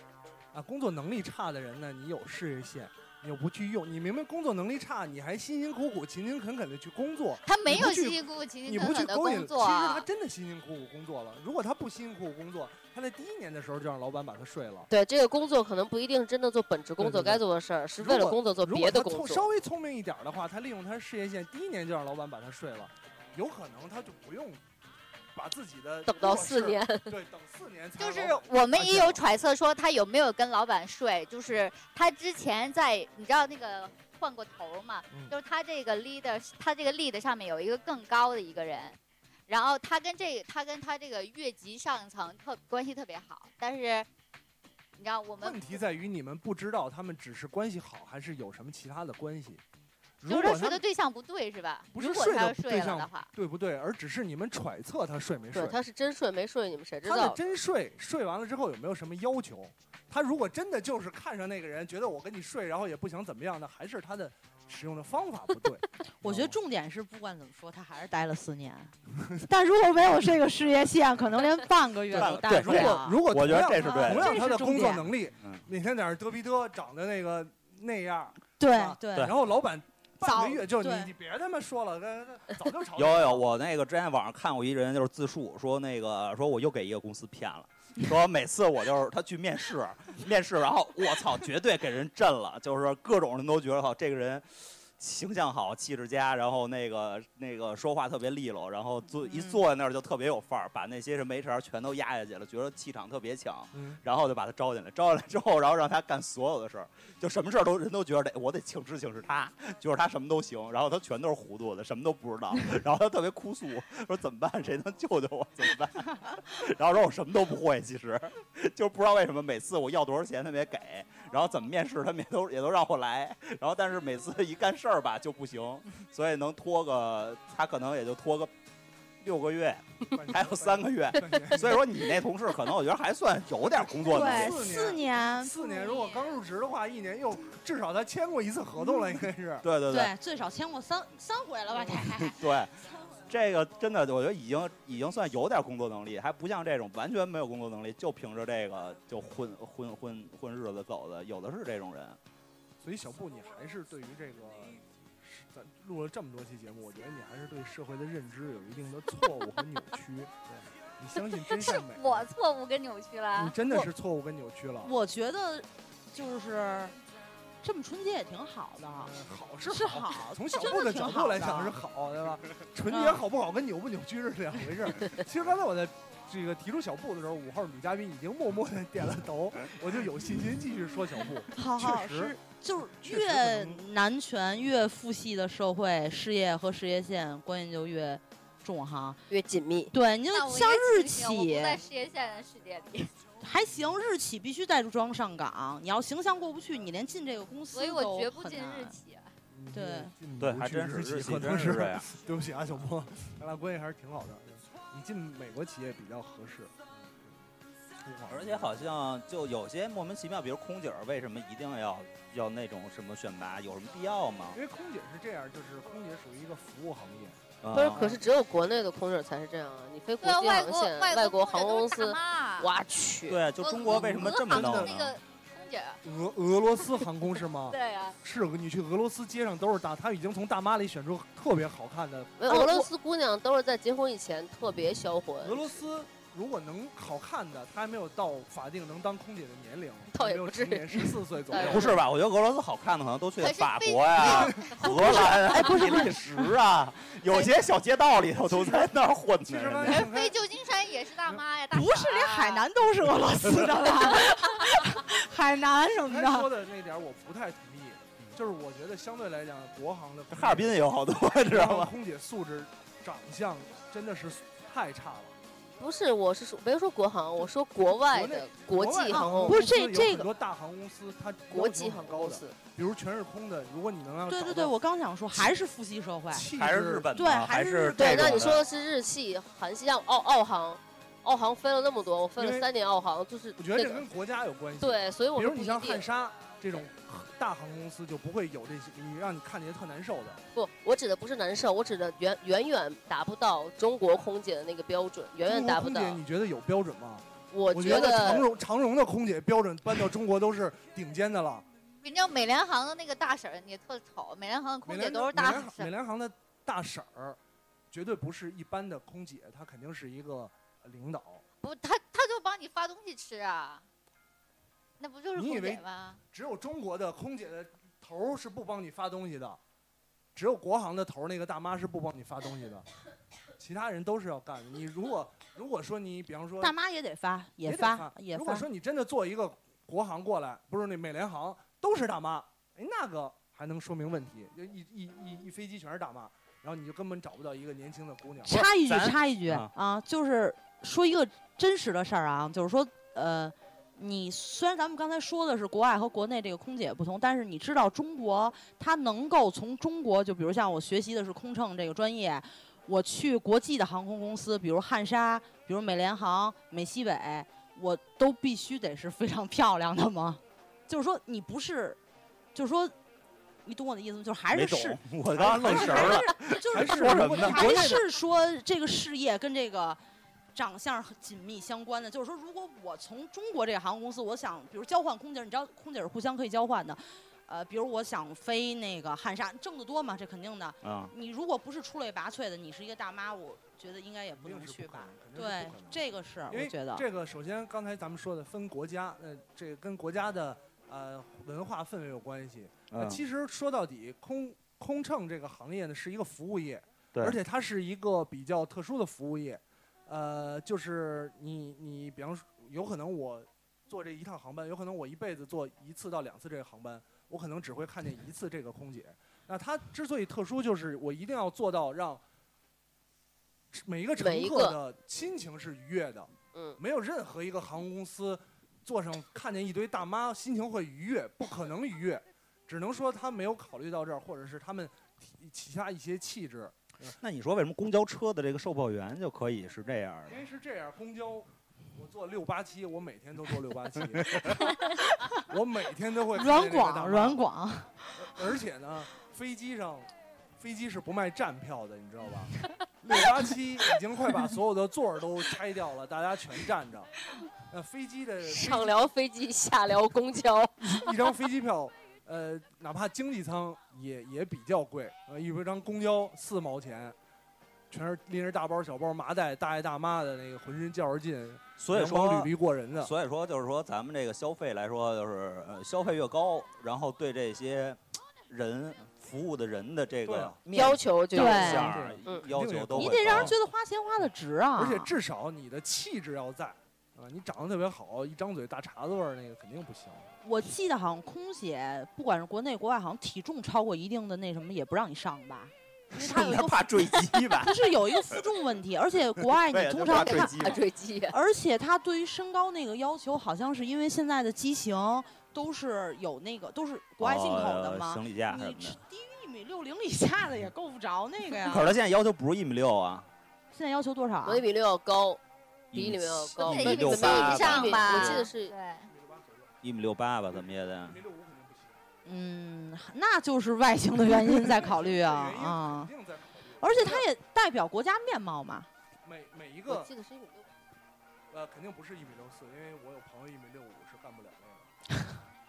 E: 啊，工作能力差的人呢，你有事业线，你又不去用，你明明工作能力差，你还辛辛苦苦、勤勤恳恳的去工作，
A: 她没
E: 你
A: 有
E: 不去
A: 辛辛苦苦、勤
E: 你
A: 勤
E: 不
A: 恳
E: 去
A: 恳的
E: 勾引，
A: 工
E: 其实
A: 作
E: 她
A: 啊，
E: 真的辛辛苦苦工作了。如果她不辛辛苦苦工作，她在第一年的时候就让老板把她睡了。
B: 对这个工作可能不一定真的做本职工作
E: 对对对
B: 该做的事儿，是
E: 如
B: 为了
E: 果
B: 工作做
E: 如
B: 别
E: 果
B: 的
E: 她
B: 工
E: 聪
B: 作。
E: 稍微聪明一点的话，她利用她事业线，第一年就让老板把她睡了，有可能她就不用把自己的
B: 等到
E: 弱势
B: 四，年，
E: 对，等四年才
A: 就是
E: 让老板
A: 我们也
E: 发现
A: 有
E: 了
A: 揣测说她有没有跟老板睡，就是她之前在你知道那个换过头嘛，
E: 嗯
A: 就是她这个 leader，她这个 lead 上面有一个更高的一个人，然后她跟这她跟她这个越级上层特关系特别好，但是你知道我们
E: 问题在于你们不知道他们只是关系好，还是有什么其他的关系。
A: 就
E: 如
A: 是她
E: 果
A: 睡
E: 他
A: 的对象不对是吧？
E: 不是
A: 如果
E: 睡
A: 她要
E: 的
A: 睡
E: 对
A: 了
E: 象
A: 的话，
E: 对不对，而只是你们揣测他睡没睡
B: 对，。他是真睡没睡，你们谁知
E: 他的
B: 道？
E: 真睡睡完了之后有没有什么要求？他如果真的就是看上那个人，觉得我跟你睡，然后也不想怎么样，那还是他的使用的方法不 对。
F: 我
E: 你
F: 觉
E: 知道
F: 得重点是，不管怎么说，他还是待了四年。但如果没有这个事业线，可能连半 个月
D: 半
F: 都
D: 个
F: 待
D: 对
F: 不
D: 如
E: 吗
F: 了。
E: 如果
D: 我觉
E: 同
D: 得
E: 样
D: 这是对
E: 同
D: 的。
E: 样
F: 这
E: 他的
F: 是重
E: 工作
F: 点
E: 能力
D: 嗯，
E: 每天在那儿嘚逼嘚，长得那个那样儿，
F: 对
E: 啊
F: 对
D: 对
E: 然后老板半
F: 早
E: 个月就你
F: 对
E: 你别他妈说了，跟早就炒
D: 有有有，我那个之前网上看过一人就是自述说那个说我又给一个公司骗了， 说每次我就是他去面试， 面试然后我操绝对给人震了，就是各种人都觉得好这个人。形象好，气质佳，然后那个那个说话特别利落，然后坐一
F: 嗯
D: 坐在那儿就特别有范儿，把那些什么 HR 全都压下去了，觉得气场特别强，
E: 嗯
D: 然后就把他招进来，招进来之后，然后让他干所有的事儿，就什么事儿都人都觉得得我得请吃请是他，觉得他什么都行，然后他全都是糊涂的，什么都不知道， 然后他特别哭诉，说怎么办？谁能救救我？怎么办？ 然后说我什么都不会，其实就是不知道为什么每次我要多少钱他们也给，然后怎么面试他们也都也 都让我来，然后但是每次一干事儿吧就不行，所以能拖个他可能也就拖个六个月，还有三个月。
E: 个
D: 所以说你那同事可能我觉得还算有点工作能
F: 对，
D: 力。
E: 四
F: 四年，
E: 四年，如果刚入职的话，一年又至少他签过一次合同了，应该是。
D: 对对对
F: 对，最少签过三三回了吧？得。
D: 对，这个真的我觉得已经已经算有点工作能力，还不像这种完全没有工作能力，就凭着这个就混混混混日子走的，有的是这种人。
E: 所以小布，你还是对于这个，是咱录了这么多期节目，我觉得你还是对社会的认知有一定的错误和扭曲。 对，你相信真
A: 是
E: 善美，
A: 我错误跟扭曲了。
E: 你真的
F: 我
E: 是错误跟扭曲了。
F: 我觉得就是这么春节也挺好的，
E: 好是
F: 是
E: 好，
F: 好，
E: 从小
F: 真
E: 布
F: 的
E: 的
F: 挺
E: 角
F: 好
E: 度来
F: 的
E: 讲是好，对 吧？纯洁
F: 嗯
E: 好不好跟扭不扭曲是两回事儿。 其实刚才我在这个提出小布的时候，五号女嘉宾已经默默的点了头，我就有信心继续说小布。
F: 好
E: 确
F: 好
E: 实
F: 哦是，就
E: 确实
F: 是越
E: 可能
F: 男权越父系的社会，事业和事业线关系就越重哈。
B: 越紧密。
F: 对，你就
A: 那我
F: 像
A: 也
F: 日
A: 庆幸我不
F: 企
A: 在事业线的世界 里，
F: 还行，日企必须带着装上岗，你要形象过不去，你连进这个公司
A: 所以我绝
F: 都
A: 不
F: 很
A: 进日
F: 难。
A: 企。啊
E: 嗯
F: 对，
E: 进
D: 对，
E: 不
D: 还
E: 去
D: 真是
E: 日企
D: 企
E: 可
D: 真
E: 能
D: 是
E: 是
D: 这样。
E: 对不起啊，小波，咱俩关系还是挺好的。你进美国企业比较合适，嗯
D: 而且好像就有些莫名其妙，比如空姐儿为什么一定要要那种什么选拔，有什么必要吗？
E: 因为空姐是这样，就是空姐属于一个服务行业，
D: 嗯
B: 不是，可是只有国内的空姐才是这样啊！你飞国
A: 对啊，
B: 际
A: 外
B: 航
A: 国
B: 线，外国
A: 国
B: 航空
A: 空
B: 公
A: 姐都是
B: 司
A: 大，妈，
B: 我去，
D: 对，就中国为什么这么
A: 俄
D: 弄
A: 航那
D: 呢？
A: 个空姐，啊
E: 俄俄罗斯航空是吗？
A: 对 啊，
E: 是，你去俄罗斯街上都是大，他已经从大妈里选出特别好看的。
B: 没有俄罗斯姑娘都是在结婚以前特别销魂，
E: 哦俄罗斯如果能好看的，他还没有到法定能当空姐的年龄，
B: 倒也
E: 没有
B: 不至
E: 成
B: 于哎
E: 年十四岁 左
B: 倒
E: 右
B: 也。
D: 不是吧？我觉得俄罗斯好看的可能都去
A: 可是哎
D: 法
A: 非
D: 国呀、荷兰啊、比利时啊，有些小街道里头都在那儿混
E: 其
D: 呢
E: 实刚
D: 人
E: 才
D: 家。
E: 想
A: 飞
E: 开，
A: 旧金山也是大妈呀，大
F: 不是，
A: 嫂啊
F: 连海。南都是俄罗斯的 吧？海南 什么
E: 他
F: 的，
E: 说的那点儿我不太同意，就是我觉得相对来讲，国航的
D: 嗯哈尔滨也有好多，知道吗？
E: 空姐素质、长相真的是太差了。
B: 不是，我是说没有说国航，我说国外的国
E: 外
B: 际
E: 的
B: 航
E: 航
B: 空，
F: 不
E: 公
F: 是这
E: 司有
F: 这
E: 很
F: 个
E: 多大航空公司，它
B: 国
E: 要求
B: 际
E: 很
B: 航空
E: 高
B: 公
E: 的，
B: 司，
E: 比如全是空的，如果你能让
F: 对对
E: 找
F: 对，
E: 到
F: 我刚想说还是父系社会，
E: 气
D: 还是
E: 质
D: 日本的
F: 对
D: 吗，还
F: 还是
D: 是
F: 日
B: 对
D: 这，
B: 那
D: 种
B: 你
D: 的
B: 说的是日系、韩系，像澳澳航，澳航飞了那么多，我飞
E: 因为
B: 了三年澳航，就是
E: 我觉得
B: 那
E: 这
B: 个
E: 跟国家有关系。，
B: 对，所以我
E: 比
B: 说不
E: 如你
B: 一
E: 像汉
B: 定
E: 莎这种大航空公司就不会有这些，你让你看起来特难受的。
B: 不，我指的不是难受，我指的远远远达不到中国空姐的那个标准，远远
E: 中国
B: 达不
E: 空
B: 到
E: 姐。你觉得有标准吗？
B: 我
E: 我
B: 觉
E: 得长
B: 得
E: 荣长荣的空姐标准搬到中国都是顶尖的了。
A: 你知道美联航的那个大婶儿也特丑，美联航的空
E: 美
A: 姐
E: 联
A: 都是
E: 美
A: 大
E: 联美
A: 婶儿，
E: 联航的大婶儿，绝对不是一般的空姐，她肯定是一个领导。
A: 不，她她就帮你发东西吃啊，那不就是
E: 你以
A: 空
E: 为
A: 姐吗？
E: 只有中国的空姐的头儿是不帮你发东西的，只有国航的头儿那个大妈是不帮你发东西的，其他人都是要干的。你如果如果说你比方说
F: 大妈也得发，也
E: 得
F: 发也
E: 如果
F: 发。
E: 说你真的做一个国航过来，不是那美联航都是大妈，哎，那个还能说明问题，就一一一一飞机全是大妈，然后你就根本找不到一个年轻的姑娘。
F: 插一句，
D: 咱
F: 插一句
D: 啊
F: 啊，就是说一个真实的事儿啊，就是说，呃，你虽然咱们刚才说的是国外和国内这个空姐不同，但是你知道中国，它能够从中国，就比如像我学习的是空乘这个专业，我去国际的航空公司，比如汉莎，比如美联航、美西北，我都必须得是非常漂亮的吗？就是说，你不是，就是说。你懂我的意思吗？就是还
D: 没
F: 是
D: 懂
F: 是，，
D: 我刚刚愣神儿了。
F: 就是
D: 还是什么呢
F: 还
D: 国内的
F: 是说这个事业跟这个长相很紧密相关的。就是说，如果我从中国这个航空公司，我想比如交换空姐儿，你知道空姐儿是互相可以交换的。呃，比如我想飞那个汉莎，挣得多嘛，这肯定的。
D: 啊，
F: 你如果不是出类拔萃的，你是一个大妈，我觉得应该也不能去吧。对，这个是
E: 因
F: 我
E: 为
F: 觉得，
E: 这个首先刚才咱们说的分国家，那这个跟国家的呃文化氛围有关系。呃
D: 嗯
E: 其实说到底，空空乘这个行业呢是一个服务业，
D: 对
E: 而且它是一个比较特殊的服务业。呃，就是你你比方说，有可能我坐这一趟航班，有可能我一辈子坐一次到两次这个航班，我可能只会看见一次这个空姐。那它之所以特殊，就是我一定要做到让每一个乘
B: 每一
E: 客
B: 个
E: 的心情是愉悦的。
B: 嗯，
E: 没有任何一个航空公司坐上看见一堆大妈心情会愉悦，不可能愉悦，只能说他没有考虑到这儿，或者是他们其其他一些气质。
D: 那你说为什么公交车的这个售票员就可以是这样
E: 因
D: 的？
E: 为是这样，公交我坐六八七，我每天都坐六八七，我每天都会看见
F: 软
E: 这个大
F: 广
E: 妈
F: 软，广，
E: 而且呢，飞机上。飞机是不卖站票的，你知道吧？六八七已经快把所有的座儿都拆掉了，大家全站着。那飞机的飞机
B: 上聊飞机，下聊公交，
E: 一张飞机票，呃，哪怕经济舱也也比较贵，呃，一张公交四毛钱，全是拎着大包小包麻袋，大爷大妈的那个浑身较着劲，
D: 所以
E: 阳光
D: 说
E: 屡，立过人的，
D: 所以说就是说，咱们这个消费来说，就是呃消费越高，然后对这些人服务的人的这
E: 对
D: 个
E: 啊
D: 面
B: 要求就
F: 对
D: 相
B: 是
D: 儿
B: 嗯
D: 要求都
F: 你
D: 会
F: 得让人
D: 高
F: 觉得花钱花的值啊。
E: 而且至少你的气质要在，啊，你长得特别好，一张嘴大碴子味儿那个肯定不行。
F: 我记得好像空姐，不管是国内国外，好像体重超过一定的那什么也不让你上吧，因 为它有一
D: 他
F: 个，
D: 怕坠机吧？
F: 它是有一个负重问题，而且国外你
D: 对
F: 通
D: 就怕
F: 常
D: 坠
F: 看，
D: 机
B: 大
D: 嘛。
B: 坠机。
F: 而且它对于身高那个要求，好像是因为现在的机型都是有那个都是国外进口的
D: 哦
F: 嘛，
D: 行李架什
F: 你
D: 么
F: 吃
D: 的。
F: 低于一米六零以下的也够不着那个呀
D: 可。是他现在要求不是一米六啊，
F: 现在要求多少啊
B: 我？一米六要高，比你们要
D: 七
B: 高，
A: 得
D: 一啊
A: 一
D: 米
A: 米
D: 六
A: 七
D: 八
A: 以上吧？
B: 我记得是
A: 对，
D: 一米六八吧，怎么也得。
E: 六五肯定不行，
F: 嗯，那就是外形的原因在考虑 啊啊！
E: 定在考虑。
F: 而且它也代表国家面貌嘛。
E: 每每一
B: 我
E: 个
B: 记得是一米六。
E: 呃，肯定不是一米六四，因为我有朋友一米六五是干不了那个，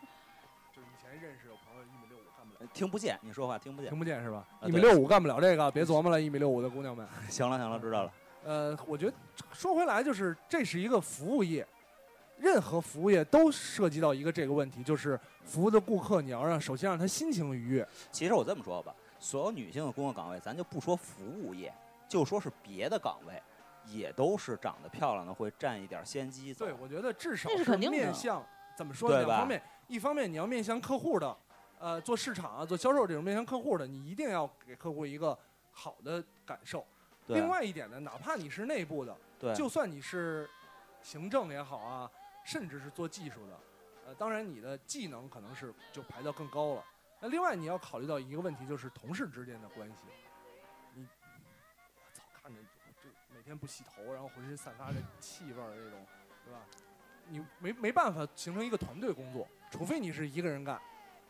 E: 就是以前认识有朋友一米六五干不了。
D: 听不见，你说话听不见。
E: 听不见是吧？
D: 啊
E: 一米六五干不了这个，别琢磨了，一米六五的姑娘们。
D: 行了行了，知道了。
E: 呃，我觉得说回来就是，这是一个服务业，任何服务业都涉及到一个这个问题，就是服务的顾客，你要让首先让他心情愉悦。
D: 其实我这么说吧，所有女性的工作岗位，咱就不说服务业，就说是别的岗位，也都是长得漂亮的会占一点先机走
E: 对，。我觉得至少
F: 那是肯定的
E: 面向怎么说
D: 对
E: 两
D: 吧
E: 方面，一方面你要面向客户的，呃，做市场啊、做销售这种面向客户的，你一定要给客户一个好的感受。
D: 对
E: 另外一点呢，哪怕你是内部的，
D: 对，
E: 就算你是行政也好啊，甚至是做技术的，呃，当然你的技能可能是就排到更高了。那另外你要考虑到一个问题，就是同事之间的关系。你，我操，看着这每天不洗头，然后浑身散发着气味儿这种，对吧？你没没办法形成一个团队工作，除非你是一个人干。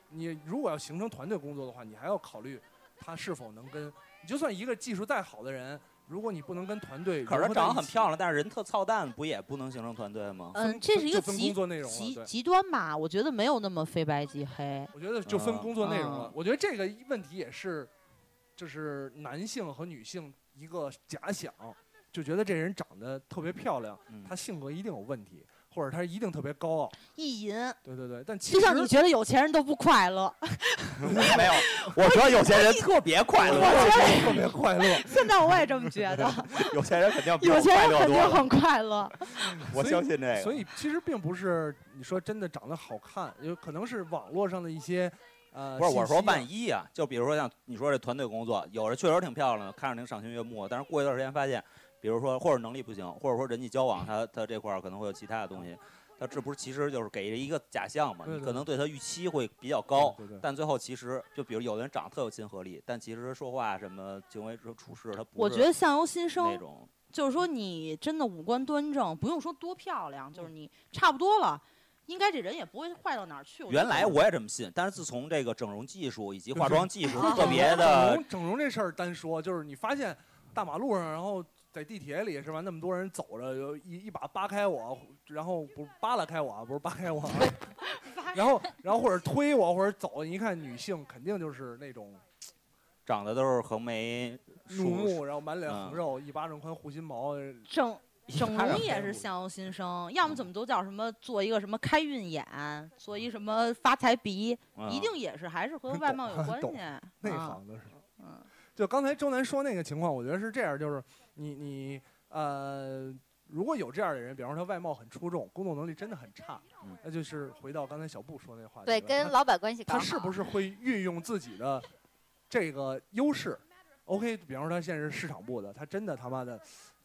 E: 你如果要形成团队工作的话，你还要考虑他是否能跟，你就算一个技术再好的人，如果你不能跟团队，
D: 可是她长得很漂亮，但是人特操蛋，不也不能形成团队吗？
E: 分
F: 嗯，这是一个
E: 就分工
F: 极
E: 作内容了。
F: 极
E: 对，
F: 极端吧，我觉得没有那么非白即黑。
E: 我觉得就分
D: 啊
E: 工作内容了
F: 啊。
E: 我觉得这个问题也是，就是男性和女性一个假想，就觉得这人长得特别漂亮，
D: 嗯
E: 他，性格一定有问题，或者他一定特别高傲。
F: 意淫，
E: 对对对，但其
F: 啊就像你
E: 实
F: 觉得有钱人都不快乐，
D: 没有， 我觉得有钱人特别快乐，
E: 特别快 乐，
F: 现在我也这么觉得，
D: 有钱人肯定比我
F: 有钱
D: 快
F: 人
D: 乐
F: 肯
D: 多了。
F: 定很快乐。
D: 我
E: 所以
D: 相信这
F: 哎
D: 个。
E: 所以其实并不是你说真的长得好看，有可能是网络上的一些呃，
D: 不是我说，万
E: 一
D: 一啊，就比如说像你说这团队工作，有人确实挺漂亮的，看着挺赏心悦目，但是过一段时间发现，比如说或者能力不行，或者说人际交往，他他这块儿可能会有其他的东西，他这不是其实就是给了一个假象嘛？
E: 对
D: 你
E: 对嗯
D: 可能对他预期会比较
F: 哦
D: 高，
E: 对对对
D: 但最后其实就比如有的人长得特有亲和力，但其实说话什么行为处事，他不
F: 我
D: 是
F: 觉得相由心
D: 那
F: 生，
D: 种
F: 就是说你真的五官端正，不用说多漂亮，就是你差不多了。应该这人也不会坏到哪儿去。觉得
D: 原来
F: 可能
D: 我也这么信，但是自从这个整容技术以及化妆 技术
F: 啊
D: 特别
E: 整
D: 的
E: 容整容这事儿单说，就是你发现大马路上，然后在地铁里是吧？那么多人走着，有一一把扒开我，然后不是扒拉开我啊，不是扒开我 啊，然后然后或者推我，或者走，你一看女性肯定就是那种
D: 长得都是横眉
E: 怒
D: 竖
E: 目，然后满脸横肉，一巴掌宽护心毛，
F: 整
E: 啊一
F: 整
E: 巴掌
F: 容也
E: 宽
F: 是
E: 护
F: 相由心生，要
E: 嗯
F: 么怎么都叫什么做一个什么开运眼，做一什么发财鼻，
D: 嗯
F: 一定也是还是和
E: 懂
F: 外貌有
E: 啊
F: 关
E: 懂
F: 系。
E: 内
F: 啊
E: 行的是。
F: 嗯，
E: 就刚才周南说那个情况，我觉得是这样，就是你你呃，如果有这样的人，比方说他外貌很出众，工作能力真的很差，
D: 嗯
E: 那就是回到刚才小布说那话题了，
A: 对，跟
E: 他
A: 老板关系搞
E: 他
A: 好。
E: 是不是会运用自己的这个优势？OK，比方说他现在是市场部的，他真的他妈的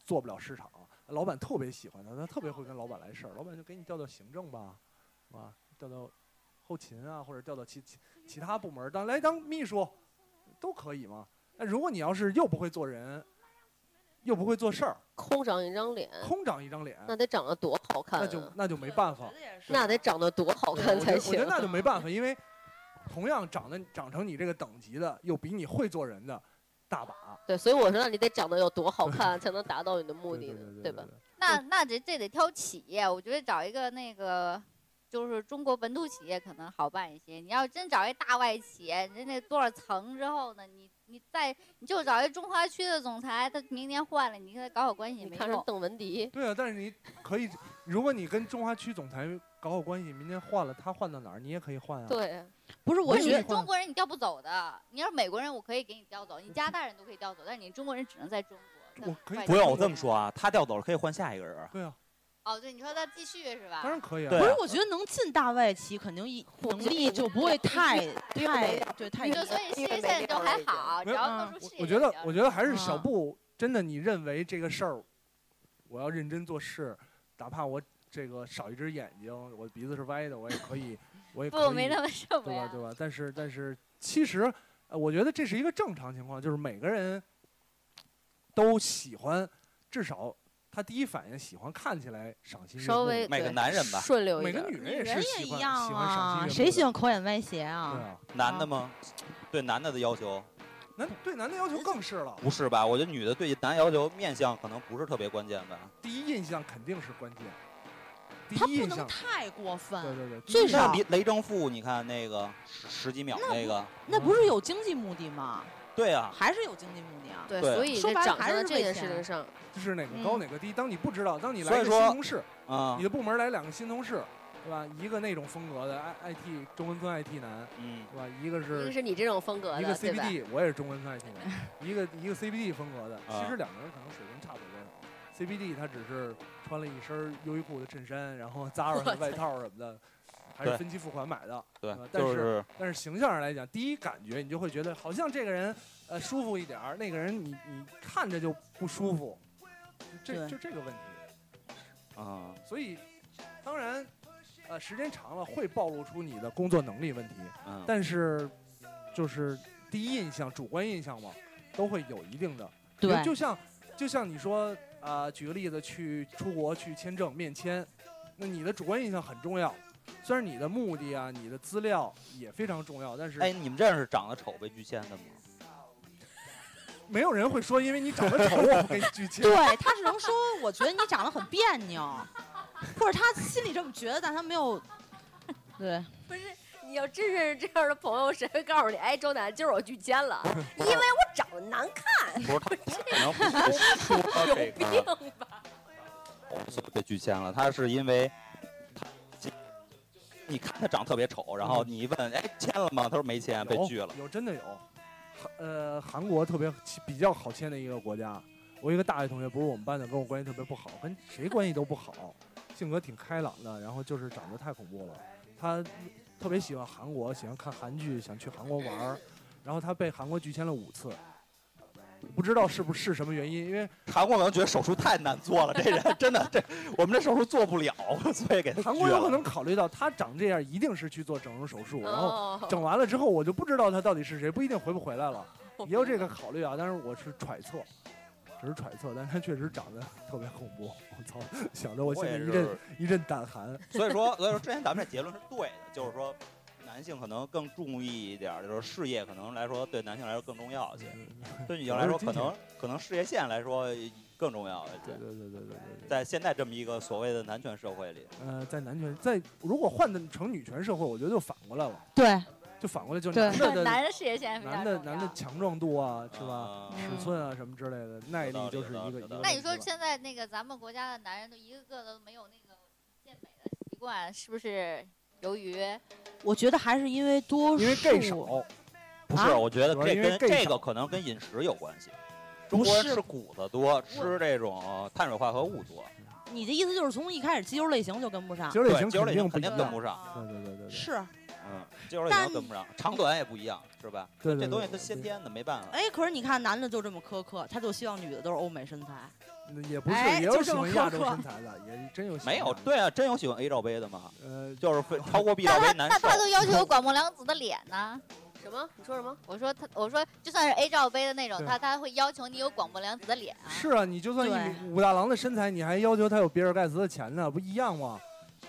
E: 做不了市场，老板特别喜欢他，他特别会跟老板来事儿，老板就给你调到行政吧，啊，调到后勤啊，或者调到其其其他部门儿当来当秘书，都可以嘛。那如果你要是又不会做人，又不会做事儿，
B: 空长一张脸，
E: 空长一张脸，
B: 那得长得多好看、啊，
E: 那就那就没办法
F: 我觉，得也是
B: 那得长得多好看
E: 我觉得
B: 才
E: 我觉
B: 行
E: 得。那就没办法，因为同样长得长成你这个等级的，有比你会做人的大把。
B: 对，所以我说，那你得长得有多好看， 才能达到你的目的
E: 对
B: 呢，
E: 对
B: 吧？？
A: 那
E: 嗯
A: 那这这得挑企业，我觉得找一个那个就是中国本土企业可能好办一些。你要真找一大外企，人家多少层之后呢？你你再你就找一中华区的总裁，他明年换了，你跟他搞好关系也
B: 你
A: 没
B: 看上
A: 用。
B: 邓文迪，
E: 对啊，但是你可以，如果你跟中华区总裁搞好关系，明天换了他换到哪儿，你也可以换啊。
B: 对，
F: 不是我
E: 不是
A: 你
F: 觉
A: 是
F: 得
E: 换
A: 中国人，你调不走的。你要是美国人，我可以给你调走；你加拿大人都可以调走，但是你中国人只能在中国。
E: 我可以
A: 在外
D: 不
A: 地
D: 用
E: 我
D: 我这么说啊，他调走了可以换下一个人啊。
E: 对啊，
A: 哦，对，你说他继续是吧？
E: 当然可以啊。
F: 不
D: 对
F: 是，我觉得能进大外企，肯定一
B: 我
F: 能
B: 觉得
F: 力就不会太太对太低
A: 就所以事业线就还好，只要弄出事业
E: 我觉得，我觉得还是
F: 嗯
E: 小布，真的，你认为这个事儿，我要认真做事，哪怕我这个少一只眼睛，我鼻子是歪的，我也可以，我也可
A: 不
E: 以，
A: 没那么 什么
E: 对吧？
A: 呀
E: 对。吧？但是，但是，其实，呃我觉得这是一个正常情况，就是每个人都喜欢，至少他第一反应喜欢看起来赏心悦
B: 稍
E: 目的
B: 微
D: 嗯每个
B: 对
D: 男人吧
B: 顺溜一
E: 每
B: 点
E: 个
B: 儿。
E: 女人
F: 女
E: 也
F: 人
E: 是
F: 也
E: 喜
F: 一
E: 欢
F: 样
E: 喜欢赏心悦
F: 啊，
E: 目的。
F: 谁喜欢口眼歪斜
E: 对
F: 啊？
E: 啊，
D: 男的吗？对男的的要求
E: 男对男的要求更是
F: 嗯
E: 了，
D: 不是吧？我觉得女的对男要求面相可能不是特别关键吧。
E: 第一印象肯定是关键。第
F: 他
E: 一
F: 不
E: 印
F: 能
E: 象，
F: 太过
E: 对
F: 分，
E: 对对，
F: 最
E: 第一
F: 少
D: 像雷雷正富，你看那个十十几秒那个，
F: 那
E: 嗯
F: 不是有经济目的吗？
D: 对啊，
F: 还是有经济目的啊？
B: 对
D: 对
B: 所以
F: 说
B: 在
F: 白了
B: 长
F: 还
B: 相的
F: 是
B: 这
F: 为
B: 件
F: 钱
B: 事情上，
E: 就是哪个高
F: 嗯
E: 哪个低。当你不知道，当你
D: 所
E: 来
D: 以
E: 一个
D: 说
E: 新同事，
D: 啊
E: 你，的部门来两个新同事，对吧？一个那种风格的 I I T 中关村 I T 男，
D: 嗯，
E: 对吧？一个
B: 一个
E: 是
B: 是你这种风格
E: 一个
B: 的，对吧？
E: CBD，我也是中关村 I T 男， 一个一个 CBD 风格的。
D: 啊
E: 其实两个人可能水平差不了多少。CBD 他只是穿了一身优衣库的衬衫，然后 Zara 的外套什么的，还是
D: 对
E: 分期付款买的。
D: 对
E: 呃，但
D: 就是是
E: 但是形象上来讲，第一感觉你就会觉得好像这个人呃舒服一点儿，那个人你你看着就不舒服，就这
F: 对
E: 就这个问题。
D: 啊，
E: 所以，当然，呃，时间长了会暴露出你的工作能力问题，
D: 嗯，
E: 但是就是第一印象、主观印象嘛，都会有一定的。
F: 对，
E: 就像就像你说，啊，举个例子，去出国去签证面签，那你的主观印象很重要。虽然你的目的啊、你的资料也非常重要，但是
D: 哎，你们认识长得丑被拒签的 吗？
E: 没有人会说，因为你长得丑，我不给你拒签。
F: 对，他只能说，我觉得你长得很别扭，或者他心里这么觉得，但他没有。 对，
B: 不是，你要真认识这样的朋友，谁会告诉你？哎，周楠，今儿我拒签 了，因为我长得难看，
D: 不是他可能不是说这个所以被拒签了，他是因为他你看他长得特别丑，然后你一问，哎，签了吗？他说没啊签，被
E: 嗯有
D: 拒了。
E: 有真的有，韩呃，韩国特别比较好签的一个国家。我一个大学同学不是我们班的，跟我关系特别不好，跟谁关系都不好，性格挺开朗的，然后就是长得太恐怖了。他特别喜欢韩国，喜欢看韩剧，想去韩国玩儿，然后他被韩国拒签了五次，不知道是不是什么原因，因为
D: 韩国可能觉得手术太难做了，这人真的这我们这手术做不了， 所以给他
E: 韩
D: 拒
E: 国有可
D: 了。
E: 能考虑到他长这样一定是去做整容手术，然后
B: 哦，
E: 啊整完了之后，我就不知道他到底是谁，不一定回不回来了，也有这个考虑啊。但是我是揣测，只是揣测，但是他确实长得特别恐怖。我操，想着我
D: 我
E: 现
D: 也
E: 在一
D: 是
E: 阵，一阵胆寒。
D: 所以说，所以说之前咱们这结论是对的，就是说男性可能更注意一点儿，就是事业可能来说对男性来说更重要一些，
E: 嗯
D: 对女性来说可能可能事业线来说更重要一
E: 对
D: 些。
E: 对对对对对对。
D: 在现在这么一个所谓的男权社会里，
E: 呃，在男权，在如果换的成女权社会，我觉得就反过来了，
F: 对，
E: 就反过来就
F: 对
E: 男的的
A: 男人事业线非
E: 男
A: 常
E: 的
A: 重
E: 男的
A: 要。
E: 强壮度啊，是吧？
D: 吧
F: 嗯
E: 尺寸啊什么之类的，耐
D: 有道
E: 力
D: 理
E: 就是
D: 有道
E: 一
D: 理
E: 个一
D: 有
E: 个
D: 道。理
A: 那你说
E: 是吧
A: 现在那个咱们国家的男人都一个个的都没有那个健美的习惯，是不是？由于
F: 我觉得还是因为多数
E: 因为 gay 少，
D: 不是，
F: 啊
D: 我觉得
E: 主要
D: 这
E: 因为
D: 跟
E: gay
D: 这
E: 少
D: 个可能跟饮食有关系。中国人吃谷子多，吃这种碳水化合物多，
F: 你的意思就是从一开始肌肉类型就跟不上
E: 肌，肉
D: 对
E: 类型
D: 肌肉类型肯
E: 不一
D: 定
E: 样。
D: 跟不上。
A: 呃
E: 对对对对对
F: 是，
D: 嗯，肌肉类
F: 但
D: 型跟不上，长短也不一样，是吧？
E: 对对 对，
D: 这东西它
E: 对
D: 先
E: 对
D: 天的，没办法。
F: 哎，可是你看男的就这么苛刻，他就希望女的都是欧美身材，
E: 那也不是，
F: 哎
E: 也
F: 就
E: 有
F: 这
E: 喜
F: 么
E: 欢亚
F: 苛
E: 洲
F: 刻
E: 身材的，也真有喜欢
D: 没
E: 亚
D: 有，
E: 洲
D: 对啊，真有喜欢 A 罩杯的吗？
E: 呃，
D: 就是非超过 B 罩
A: 那他
D: 杯难
A: 那
D: 受
A: 他。都要求广末凉子的脸呢？
B: 什么？你说什么？
A: 我说他，我说就算是 A 罩杯的那种，
E: 对
A: 他他会要求你有广末凉子的脸啊。
E: 是啊，你就算一
F: 对
E: 米武大郎的身材，你还要求他有比尔盖茨的钱呢，不一样吗？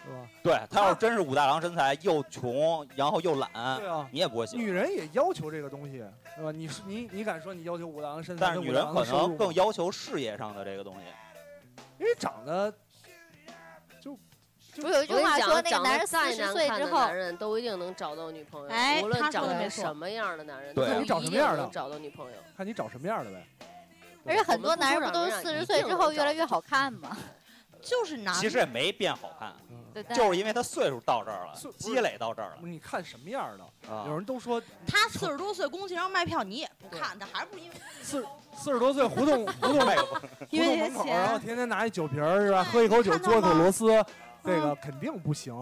E: 是吧？
D: 对他要是真是武大郎身材，又穷，然后又懒，
E: 对啊，
D: 你也不会喜欢。
E: 女人也要求这个东西，对吧？你是你你敢说你要求武大郎身材，
D: 但是
E: 跟
D: 女
E: 武大
D: 人
E: 郎
D: 可
E: 的收
D: 能
E: 入
D: 更
E: 吗，
D: 要求事业上的这个东西。
E: 因为长得
A: 不是有一句
B: 我跟你
A: 话
B: 讲
A: 说，那个
B: 长得
A: 男人四
B: 再
A: 十
B: 难
A: 岁
B: 看
A: 之
B: 的
A: 后
B: 男，人都一定能找到女朋友，
F: 哎
B: 无论
F: 他说
B: 长
F: 的
B: 成
F: 没错
B: 什么样的男人，
D: 对
B: 都
E: 你长
B: 一
E: 什么
B: 定
E: 样的
B: 能找到女朋友。
E: 看你长什么样
D: 啊
E: 的呗。
A: 而且很多男人不都
B: 我
A: 是
B: 们不
A: 四
B: 说
A: 十
B: 长
A: 岁
B: 这样
A: 之后越来越好看吗？
F: 就是
B: 啊
F: 男
D: 其实也没变好看，
E: 嗯
A: 对，
D: 就是因为他岁数到这儿了
E: 岁，不是
D: 积累到这儿
E: 你看什么样的？
D: 了。啊
E: 有人都说
F: 他四十多岁公汽上卖票，你也不看，他还不是因为
E: 四四十多岁胡同胡同
D: 那个不
E: 胡
F: 因为
E: 同门
F: 这些
E: 口，然后
F: 钱
E: 天天拿一酒瓶儿是吧？
F: 对
E: 喝一口酒，
F: 看到
E: 嘬一口
F: 吗嗯
E: 螺丝，这个肯定不行。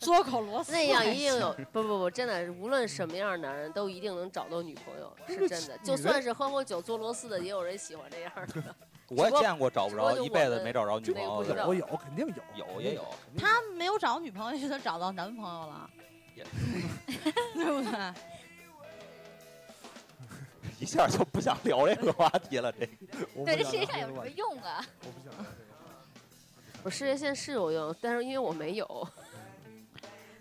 F: 嘬口螺丝
B: 那样一定有不不不，真的，无论什么样的男人都一定能找到女朋友，
E: 这
B: 是
E: 个
B: 真的。
E: 女
B: 就
E: 人
B: 算是喝口酒做螺丝的，也有人喜欢这样的。
D: 我也见过找不
B: 只不过
D: 着，
B: 就
D: 一辈子没找着女
B: 这
D: 朋
B: 个
D: 友
B: 不知
D: 的
B: 道，
E: 有有肯定有，
D: 有也有。
F: 他没有找女朋友，就找到男朋友了，
D: 也
F: 对不 对？
D: 一下就不想聊这个话题了。这个
E: 我
A: 对，这
E: 不想
A: 世界上有什
E: 聊个话
A: 么
E: 题
A: 用啊？
E: 我不想聊这个
B: 我事业线是有用，但是因为我没有，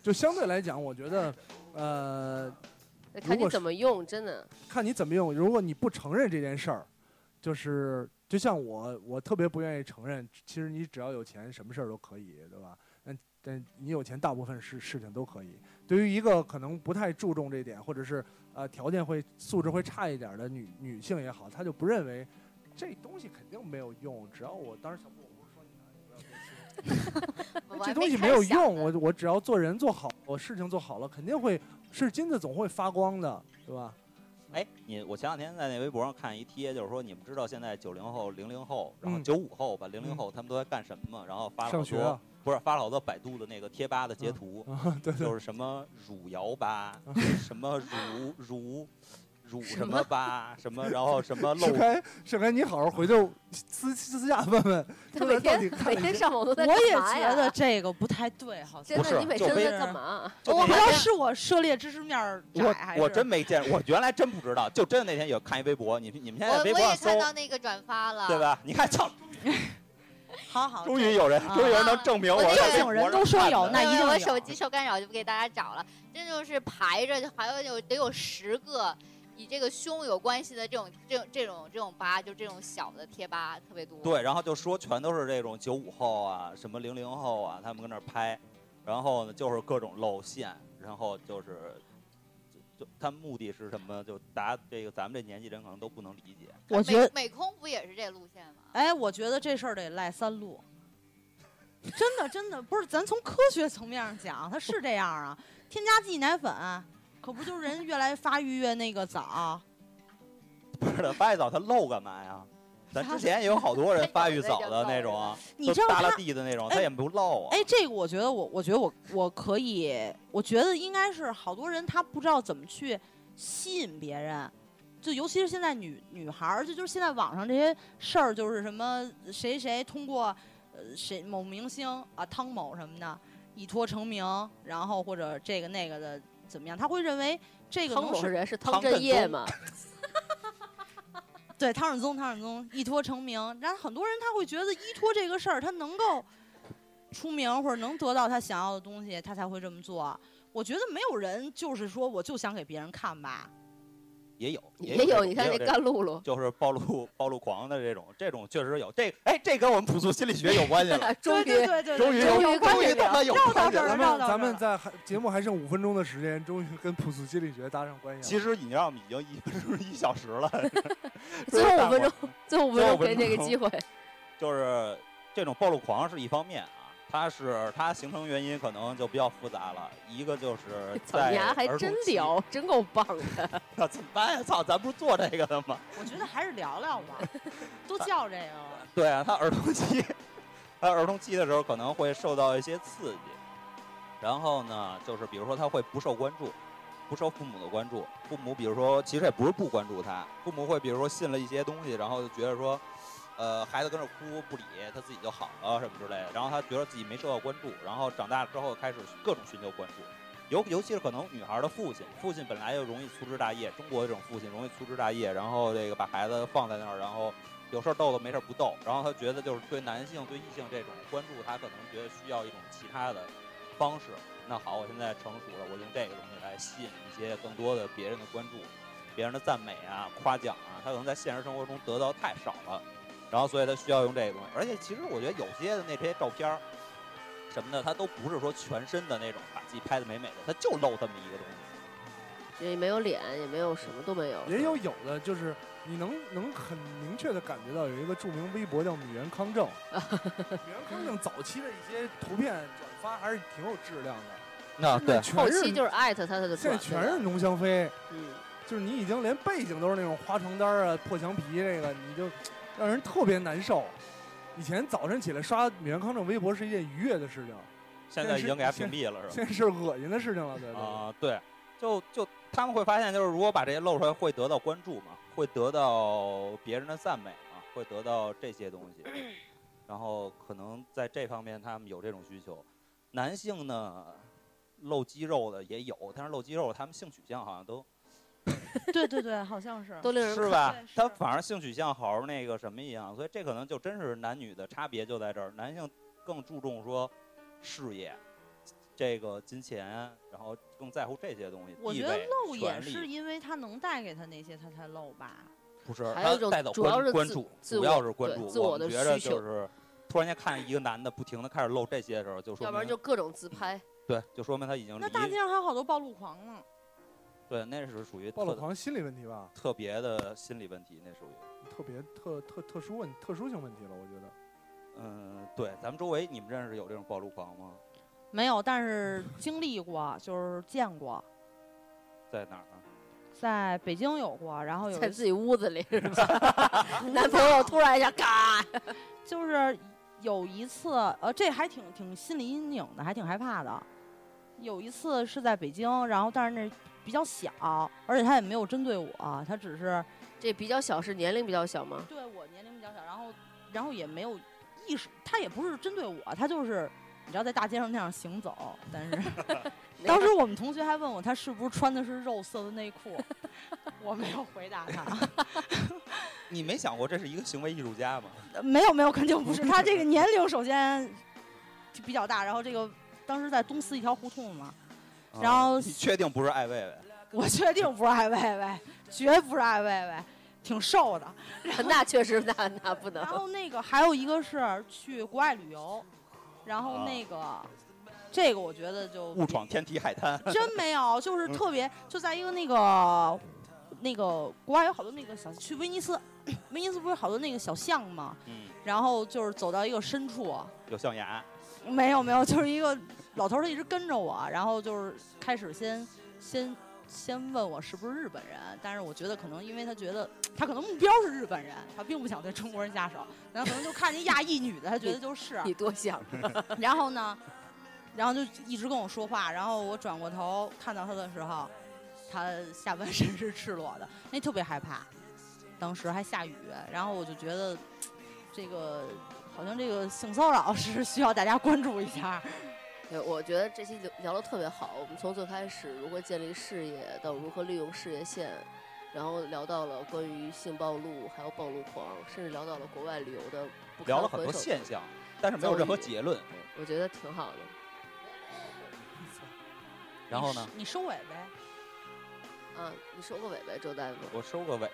E: 就相对来讲，我觉得，呃，
B: 看
E: 如果
B: 你
E: 是
B: 怎么用，真的。
E: 看你怎么用。如果你不承认这件事儿，就是就像我，我特别不愿意承认，其实你只要有钱，什么事儿都可以，对吧？但但你有钱，大部分事事情都可以。对于一个可能不太注重这点，或者是呃条件会素质会差一点儿的女女性也好，她就不认为这东西肯定没有用。只要我当时小布，我不是说你啊，你不要别气我
A: 我还
E: 这东西
A: 开
E: 没有
A: 始想
E: 用，
A: 呢
E: 我我只要做人做好，我事情做好了，肯定会是金子总会发光的，对吧？嗯
D: 哎，你我前两天在那微博上看一贴，就是说你们知道现在九零后、零零后，然后
E: 嗯
D: 九五后吧，零零后他们都在干什么吗？然后发了好
E: 上学
D: 多
E: 啊，
D: 不是发了好多百度的那个贴吧的截图，
E: 啊，对对
D: 就是什么汝窑 吧，什么汝汝汝
B: 什
D: 什么吧，什么然后什 么
E: 盛
D: 漏
E: 开，盛开，你好好回去私私私下问问，
B: 他
E: 们
B: 每
E: 到
B: 天
E: 底看
B: 每
E: 了
B: 天
E: 些
B: 上网都在
F: 我也
B: 干嘛呀
F: 觉得这个不太对，好
B: 真
F: 像
D: 不是
B: 的，你每
D: 就
B: 天都
D: 没
B: 在
F: 人
B: 干嘛？啊
D: 就那
F: 我不
D: 天
F: 知道是我涉猎知识面儿窄，
D: 我
F: 还
D: 我
F: 是
D: 真没见，我原来真不知道。就真的那天有看一微博，你你们现在
A: 我
D: 微
A: 我
D: 博上
A: 也
D: 搜
A: 看，到那个转发了，
D: 对？吧？你 看，操，
F: 好好。
D: 终于有人，
F: 啊
D: 终于有人能证明我
A: 我
D: 是
A: 这
D: 在微
F: 种人
D: 博
F: 都
D: 上
F: 说
D: 看
F: 有
D: 的
F: 那一定
A: 我
F: 有
A: 手机受干扰就不给大家找了，这就是排着，就好像有得有十个以这个胸有关系的这种这种这种这种吧，就这种小的贴吧特别多。
D: 对，然后就说全都是这种九五后啊，什么零零后啊，他们跟那儿拍，然后呢就是各种露馅，然后就是就就他们目的是什么？就大家这个咱们这年纪人可能都不能理解。
F: 我
A: 美
F: 觉得，
A: 美空不也是这路线吗？
F: 哎，我觉得这事儿得赖三鹿。真的，真的不是，咱从科学层面上讲，它是这样啊。添加剂奶粉，可不就是人越来发育越那个早？
D: 不是的，发育早他露干嘛呀？咱之前也有好多人发育早的那种，啊
F: 你
D: 都
F: 知道
D: 大
F: 他
D: 呃了地的那种，他
F: 哎
D: 也不露啊。
F: 哎，这个我觉得我，我觉得我我可以，我觉得应该是好多人他不知道怎么去吸引别人，就尤其是现在女女孩儿，就就是现在网上这些事儿，就是什么谁谁通过呃谁某明星啊汤某什么的以托成名，然后或者这个那个的怎么样，他会认为这个
B: 汤
F: 能
B: 某
F: 是
B: 人是
D: 汤
B: 汤
D: 镇
B: 镇业
D: 宗
B: 嘛？
F: 对唐睿宗，唐睿宗一脱成名，然后很多人他会觉得依托这个事儿，他能够出名或者能得到他想要的东西，他才会这么做。我觉得没有人就是说我就想给别人看吧，
D: 也有
B: 也有，你看
D: 这
B: 那
D: 种
B: 甘露露，，
D: 就是暴露暴露狂的这种，这种确实有。这哎，这跟我们朴素心理学有关系了
B: 终于
F: 对对对对
D: 终于有
B: 终于关
D: 终于
B: 系
D: 他妈有
F: 绕到
D: 关系
F: 这儿
D: 了。
E: 咱
F: 绕
E: 们咱
F: 到这儿
E: 们
F: 了
E: 在还节目还剩五分钟的时间，终于跟朴素心理学搭上关系了。
D: 其实你让我们已经一分钟一小时了，
B: 最后五分 钟，最后五分
D: 最
B: 钟
D: 后五
B: 给
D: 分
B: 你个
D: 钟
B: 机会，
D: 就是这种暴露狂是一方面啊，它是它形成原因可能就比较复杂了。一个就是
B: 操
D: 在
B: 你丫哎还
D: 儿童
B: 真
D: 期，
B: 聊，真够棒的。
D: 那怎么办呀？操，咱不是做这个的吗？
F: 我觉得还是聊聊吧，都叫这个了。
D: 对啊，他儿童期，他儿童期的时候可能会受到一些刺激，然后呢，就是比如说他会不受关注，不受父母的关注，父母比如说其实也不是不关注他，父母会比如说信了一些东西，然后就觉得说，呃，孩子跟着哭不理，他自己就好了什么之类的，然后他觉得自己没受到关注，然后长大了之后开始各种寻求关注。尤尤其是可能女孩的父亲，父亲本来就容易粗枝大叶，中国这种父亲容易粗枝大叶，然后这个把孩子放在那儿，然后有事儿逗逗，没事儿不逗。然后他觉得就是对男性、对异性这种关注，他可能觉得需要一种其他的方式。那好，我现在成熟了，我用这个东西来吸引一些更多的别人的关注、别人的赞美啊、夸奖啊。他可能在现实生活中得到太少了，然后所以他需要用这个东西。而且其实我觉得有些的那些照片儿什么的，他都不是说全身的那种把自己拍的美美的，他就露这么一个东西。
B: 也没有脸，也没有什么都没有，
E: 也有有的就是你能能很明确的感觉到有一个著名微博叫米原康正，米原康正早期的一些图片转发还是挺有质量的，
D: 那
E: 现在
B: 后
E: 全
B: 期
E: 是
B: 就是艾特他，他就
E: 现
B: 转
E: 在
B: 了。
E: 全是浓香妃，
B: 嗯，
E: 就是你已经连背景都是那种花床单啊、破墙皮这个，你就让人特别难受。以前早晨起来刷米原康正微博是一件愉悦的事情，
D: 现在已经给他屏
E: 现
D: 蔽了，是吧？
E: 现在是恶心的事情了，对吧？
D: 啊、对，就就他们会发现，就是如果把这些露出来，会得到关注嘛，会得到别人的赞美嘛，会得到这些东 西，然后可能在这方面他们有这种需求。男性呢，露肌肉的也有，但是露肌肉他们性取向好像都
F: 对对对，好像是。
B: 都令人
D: 是吧
F: 对？
D: 他
F: 是
D: 反而性取向好像那个什么一样，所以这可能就真是男女的差别就在这儿，男性更注重说事业。这个金钱，然后更在乎这些东西。
F: 我
D: 地
F: 觉得
D: 位
F: 露也
D: 权利
F: 是因为他能带给他那些，他才露吧。
D: 不是，
B: 还有一
D: 他
B: 种
D: 带走
B: 主
D: 关
B: 要是
D: 关
B: 自
D: 注，
B: 自
D: 主
B: 我
D: 要是关
B: 对
D: 注。
B: 自我
D: 我
B: 的
D: 们觉得
B: 需
D: 就
B: 求
D: 是，突然间看一个男的不停的开始露这些的时候，就说
B: 要不然
D: 明
B: 就各种自 拍。
D: 对，就说明他已经
F: 那大街
D: 离
F: 上还有好多暴露狂呢。
D: 对，那是属于
E: 暴露
D: 特
E: 狂心理问题吧，
D: 特别的心理问题，那属于。
E: 特别特特特殊问特殊性问题了，我觉得。
D: 嗯，对，咱们周围你们认识有这种暴露狂吗？
F: 没有，但是经历过，就是见过，
D: 在哪儿啊？
F: 在北京有过，然后有
B: 在
F: 一
B: 自己屋 子里是吧？男朋友突然一下，嘎！
F: 就是有一次，呃，这还挺挺心理阴影的，还挺害怕的。有一次是在北京，然后但是那比较小，而且他也没有针对我，他只是
B: 这比较小是年龄比较小吗？
F: 对我年龄比较小，然后然后也没有意识，他也不是针对我，他就是你知道在大街上那样行走，但是当时我们同学还问我他是不是穿的是肉色的内裤，我没有回答他。
D: 你没想过这是一个行为艺术家吗？
F: 没有没有，肯定不是。他这个年龄首先就比较大，然后这个当时在东四一条胡同嘛，然
D: 啊
F: 后
D: 你确定不是艾薇薇？
F: 我确定不是艾薇薇，绝不是艾薇薇，挺瘦的。
B: 那确实，那那不能
F: 然。 后那个还有一个是去国外旅游，然后那个、这个我觉得就
D: 啊误闯嗯天体海滩，
F: 真没有，就是特别就在一个那个那个国外有好多那个小去威尼斯， 威尼斯不是好多那个小巷嘛，
D: 嗯，
F: 然后就是走到一个深处。
D: 有象牙，
F: 没有没有，就是一个老头儿，他一直跟着我，然后就是开始先先先问我是不是日本人，但是我觉得可能因为他觉得他可能目标是日本人，他并不想对中国人下手，然后可能就看见亚裔女的，他觉得就是，
B: 你多想，
F: 然后呢，然后就一直跟我说话，然后我转过头看到他的时候，他下半身是赤裸的，那特别害怕，当时还下雨，然后我就觉得这个好像这个性骚扰是需要大家关注一下。
B: 对我觉得这期聊聊的特别好。我们从最开始如何建立事业，到如何利用事业线，然后聊到了关于性暴露，还有暴露狂，甚至聊到了国外旅游的不堪
D: 聊了很多
B: 回首
D: 现象，但是没有任何
B: 遭遇
D: 结论。
B: 我觉得挺好的。
D: 然后呢，
F: 你收尾呗。
B: 啊，你收个尾呗，周大夫。
D: 我收个尾，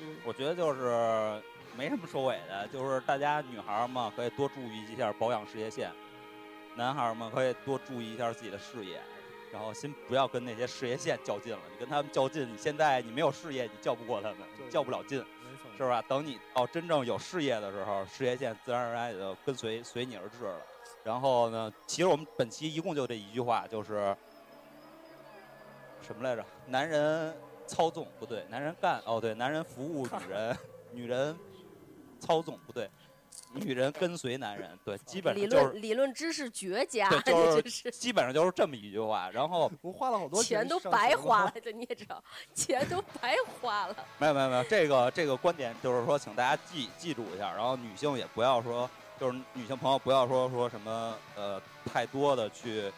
B: 嗯，
D: 我觉得就是没什么收尾的，就是大家女孩儿嘛，可以多注意一下保养事业线；男孩儿嘛，可以多注意一下自己的事业。然后先不要跟那些事业线较劲了，你跟他们较劲，你现在你没有事业，你较不过他们，
E: 对
D: 你较不了劲，
E: 没错，
D: 是吧？等你哦真正有事业的时候，事业线自然而然也就跟随随你而至了。然后呢，其实我们本期一共就这一句话，就是什么来着？男人操纵不对，男人干哦对，男人服务 女人，女人操纵不对，女人跟随男人对，基本
B: 理
D: 上就
B: 论
D: 是
B: 理论知识绝佳，
D: 对
B: 你
D: 就是
B: 这是。
D: 基本上就是这么一句话。然后
E: 我花了好多
B: 钱都
E: 上
B: 白
E: 学 了
B: 花了，这你也知道，钱都白花了。
D: 没有没有没有，这个这个观点就是说，请大家记记住一下，然后女性也不要说，就是女性朋友不要说说什么呃太多的去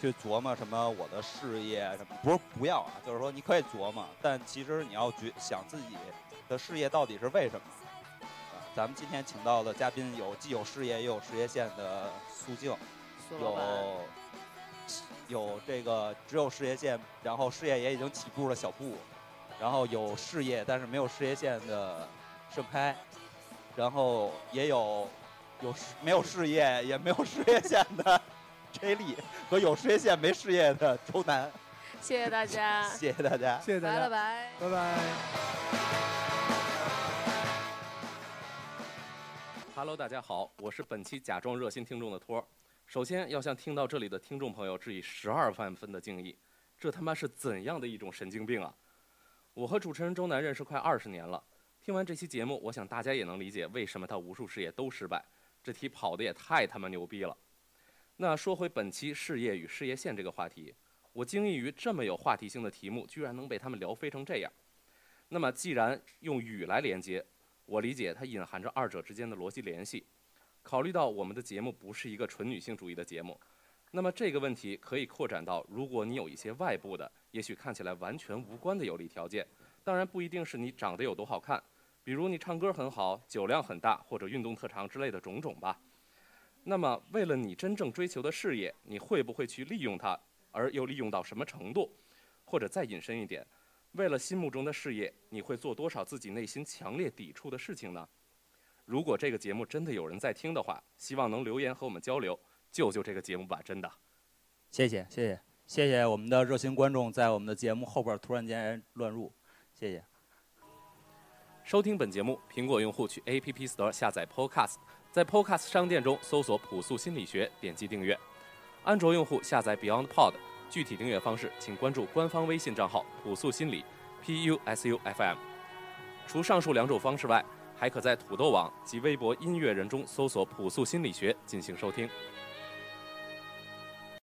D: 去琢磨什么我的事业什么，不是不要啊，就是说你可以琢磨，但其实你要觉想自己的事业到底是为什么。啊咱们今天请到的嘉宾有既有事业又有事业线的苏静，
B: 苏老板，
D: 有有这个只有事业线，然后事业也已经起步的小布，然后有事业但是没有事业线的盛开，然后也有有事没有事业也没有事业线的 J 莉和有事业线没事业的周楠，
B: 谢谢大家，
D: 谢谢大家。
E: 谢谢大
B: 拜了
E: 家，
B: 拜。
E: 拜拜。
H: Hello，大家好，我是本期假装热心听众的托儿。首先要向听到这里的听众朋友致以十二万分的敬意，这他妈是怎样的一种神经病啊！我和主持人周楠认识快二十年了，听完这期节目，我想大家也能理解为什么他无数事业都失败。这题跑的也太他妈牛逼了。那说回本期事业与事业线这个话题，我惊异于这么有话题性的题目，居然能被他们聊飞成这样。那么既然用语来连接，我理解它隐含着二者之间的逻辑联系。考虑到我们的节目不是一个纯女性主义的节目，那么这个问题可以扩展到：如果你有一些外部的，也许看起来完全无关的有利条件，当然不一定是你长得有多好看，比如你唱歌很好、酒量很大或者运动特长之类的种种吧。那么，为了你真正追求的事业，你会不会去利用它，而又利用到什么程度？或者再引申一点，为了心目中的事业，你会做多少自己内心强烈抵触的事情呢？如果这个节目真的有人在听的话，希望能留言和我们交流，救救这个节目吧！真的。
D: 谢谢谢谢谢谢我们的热心观众在我们的节目后边突然间乱入，谢谢。
H: 收听本节目，苹果用户去 App Store 下载 Podcast，在 Podcast 商店中搜索“朴素心理学”，点击订阅。安卓用户下载 Beyond Pod，具体订阅方式请关注官方微信账号“朴素心理 ”（P U S U F M）。除上述两种方式外，还可在土豆网及微博音乐人中搜索“朴素心理学”进行收听。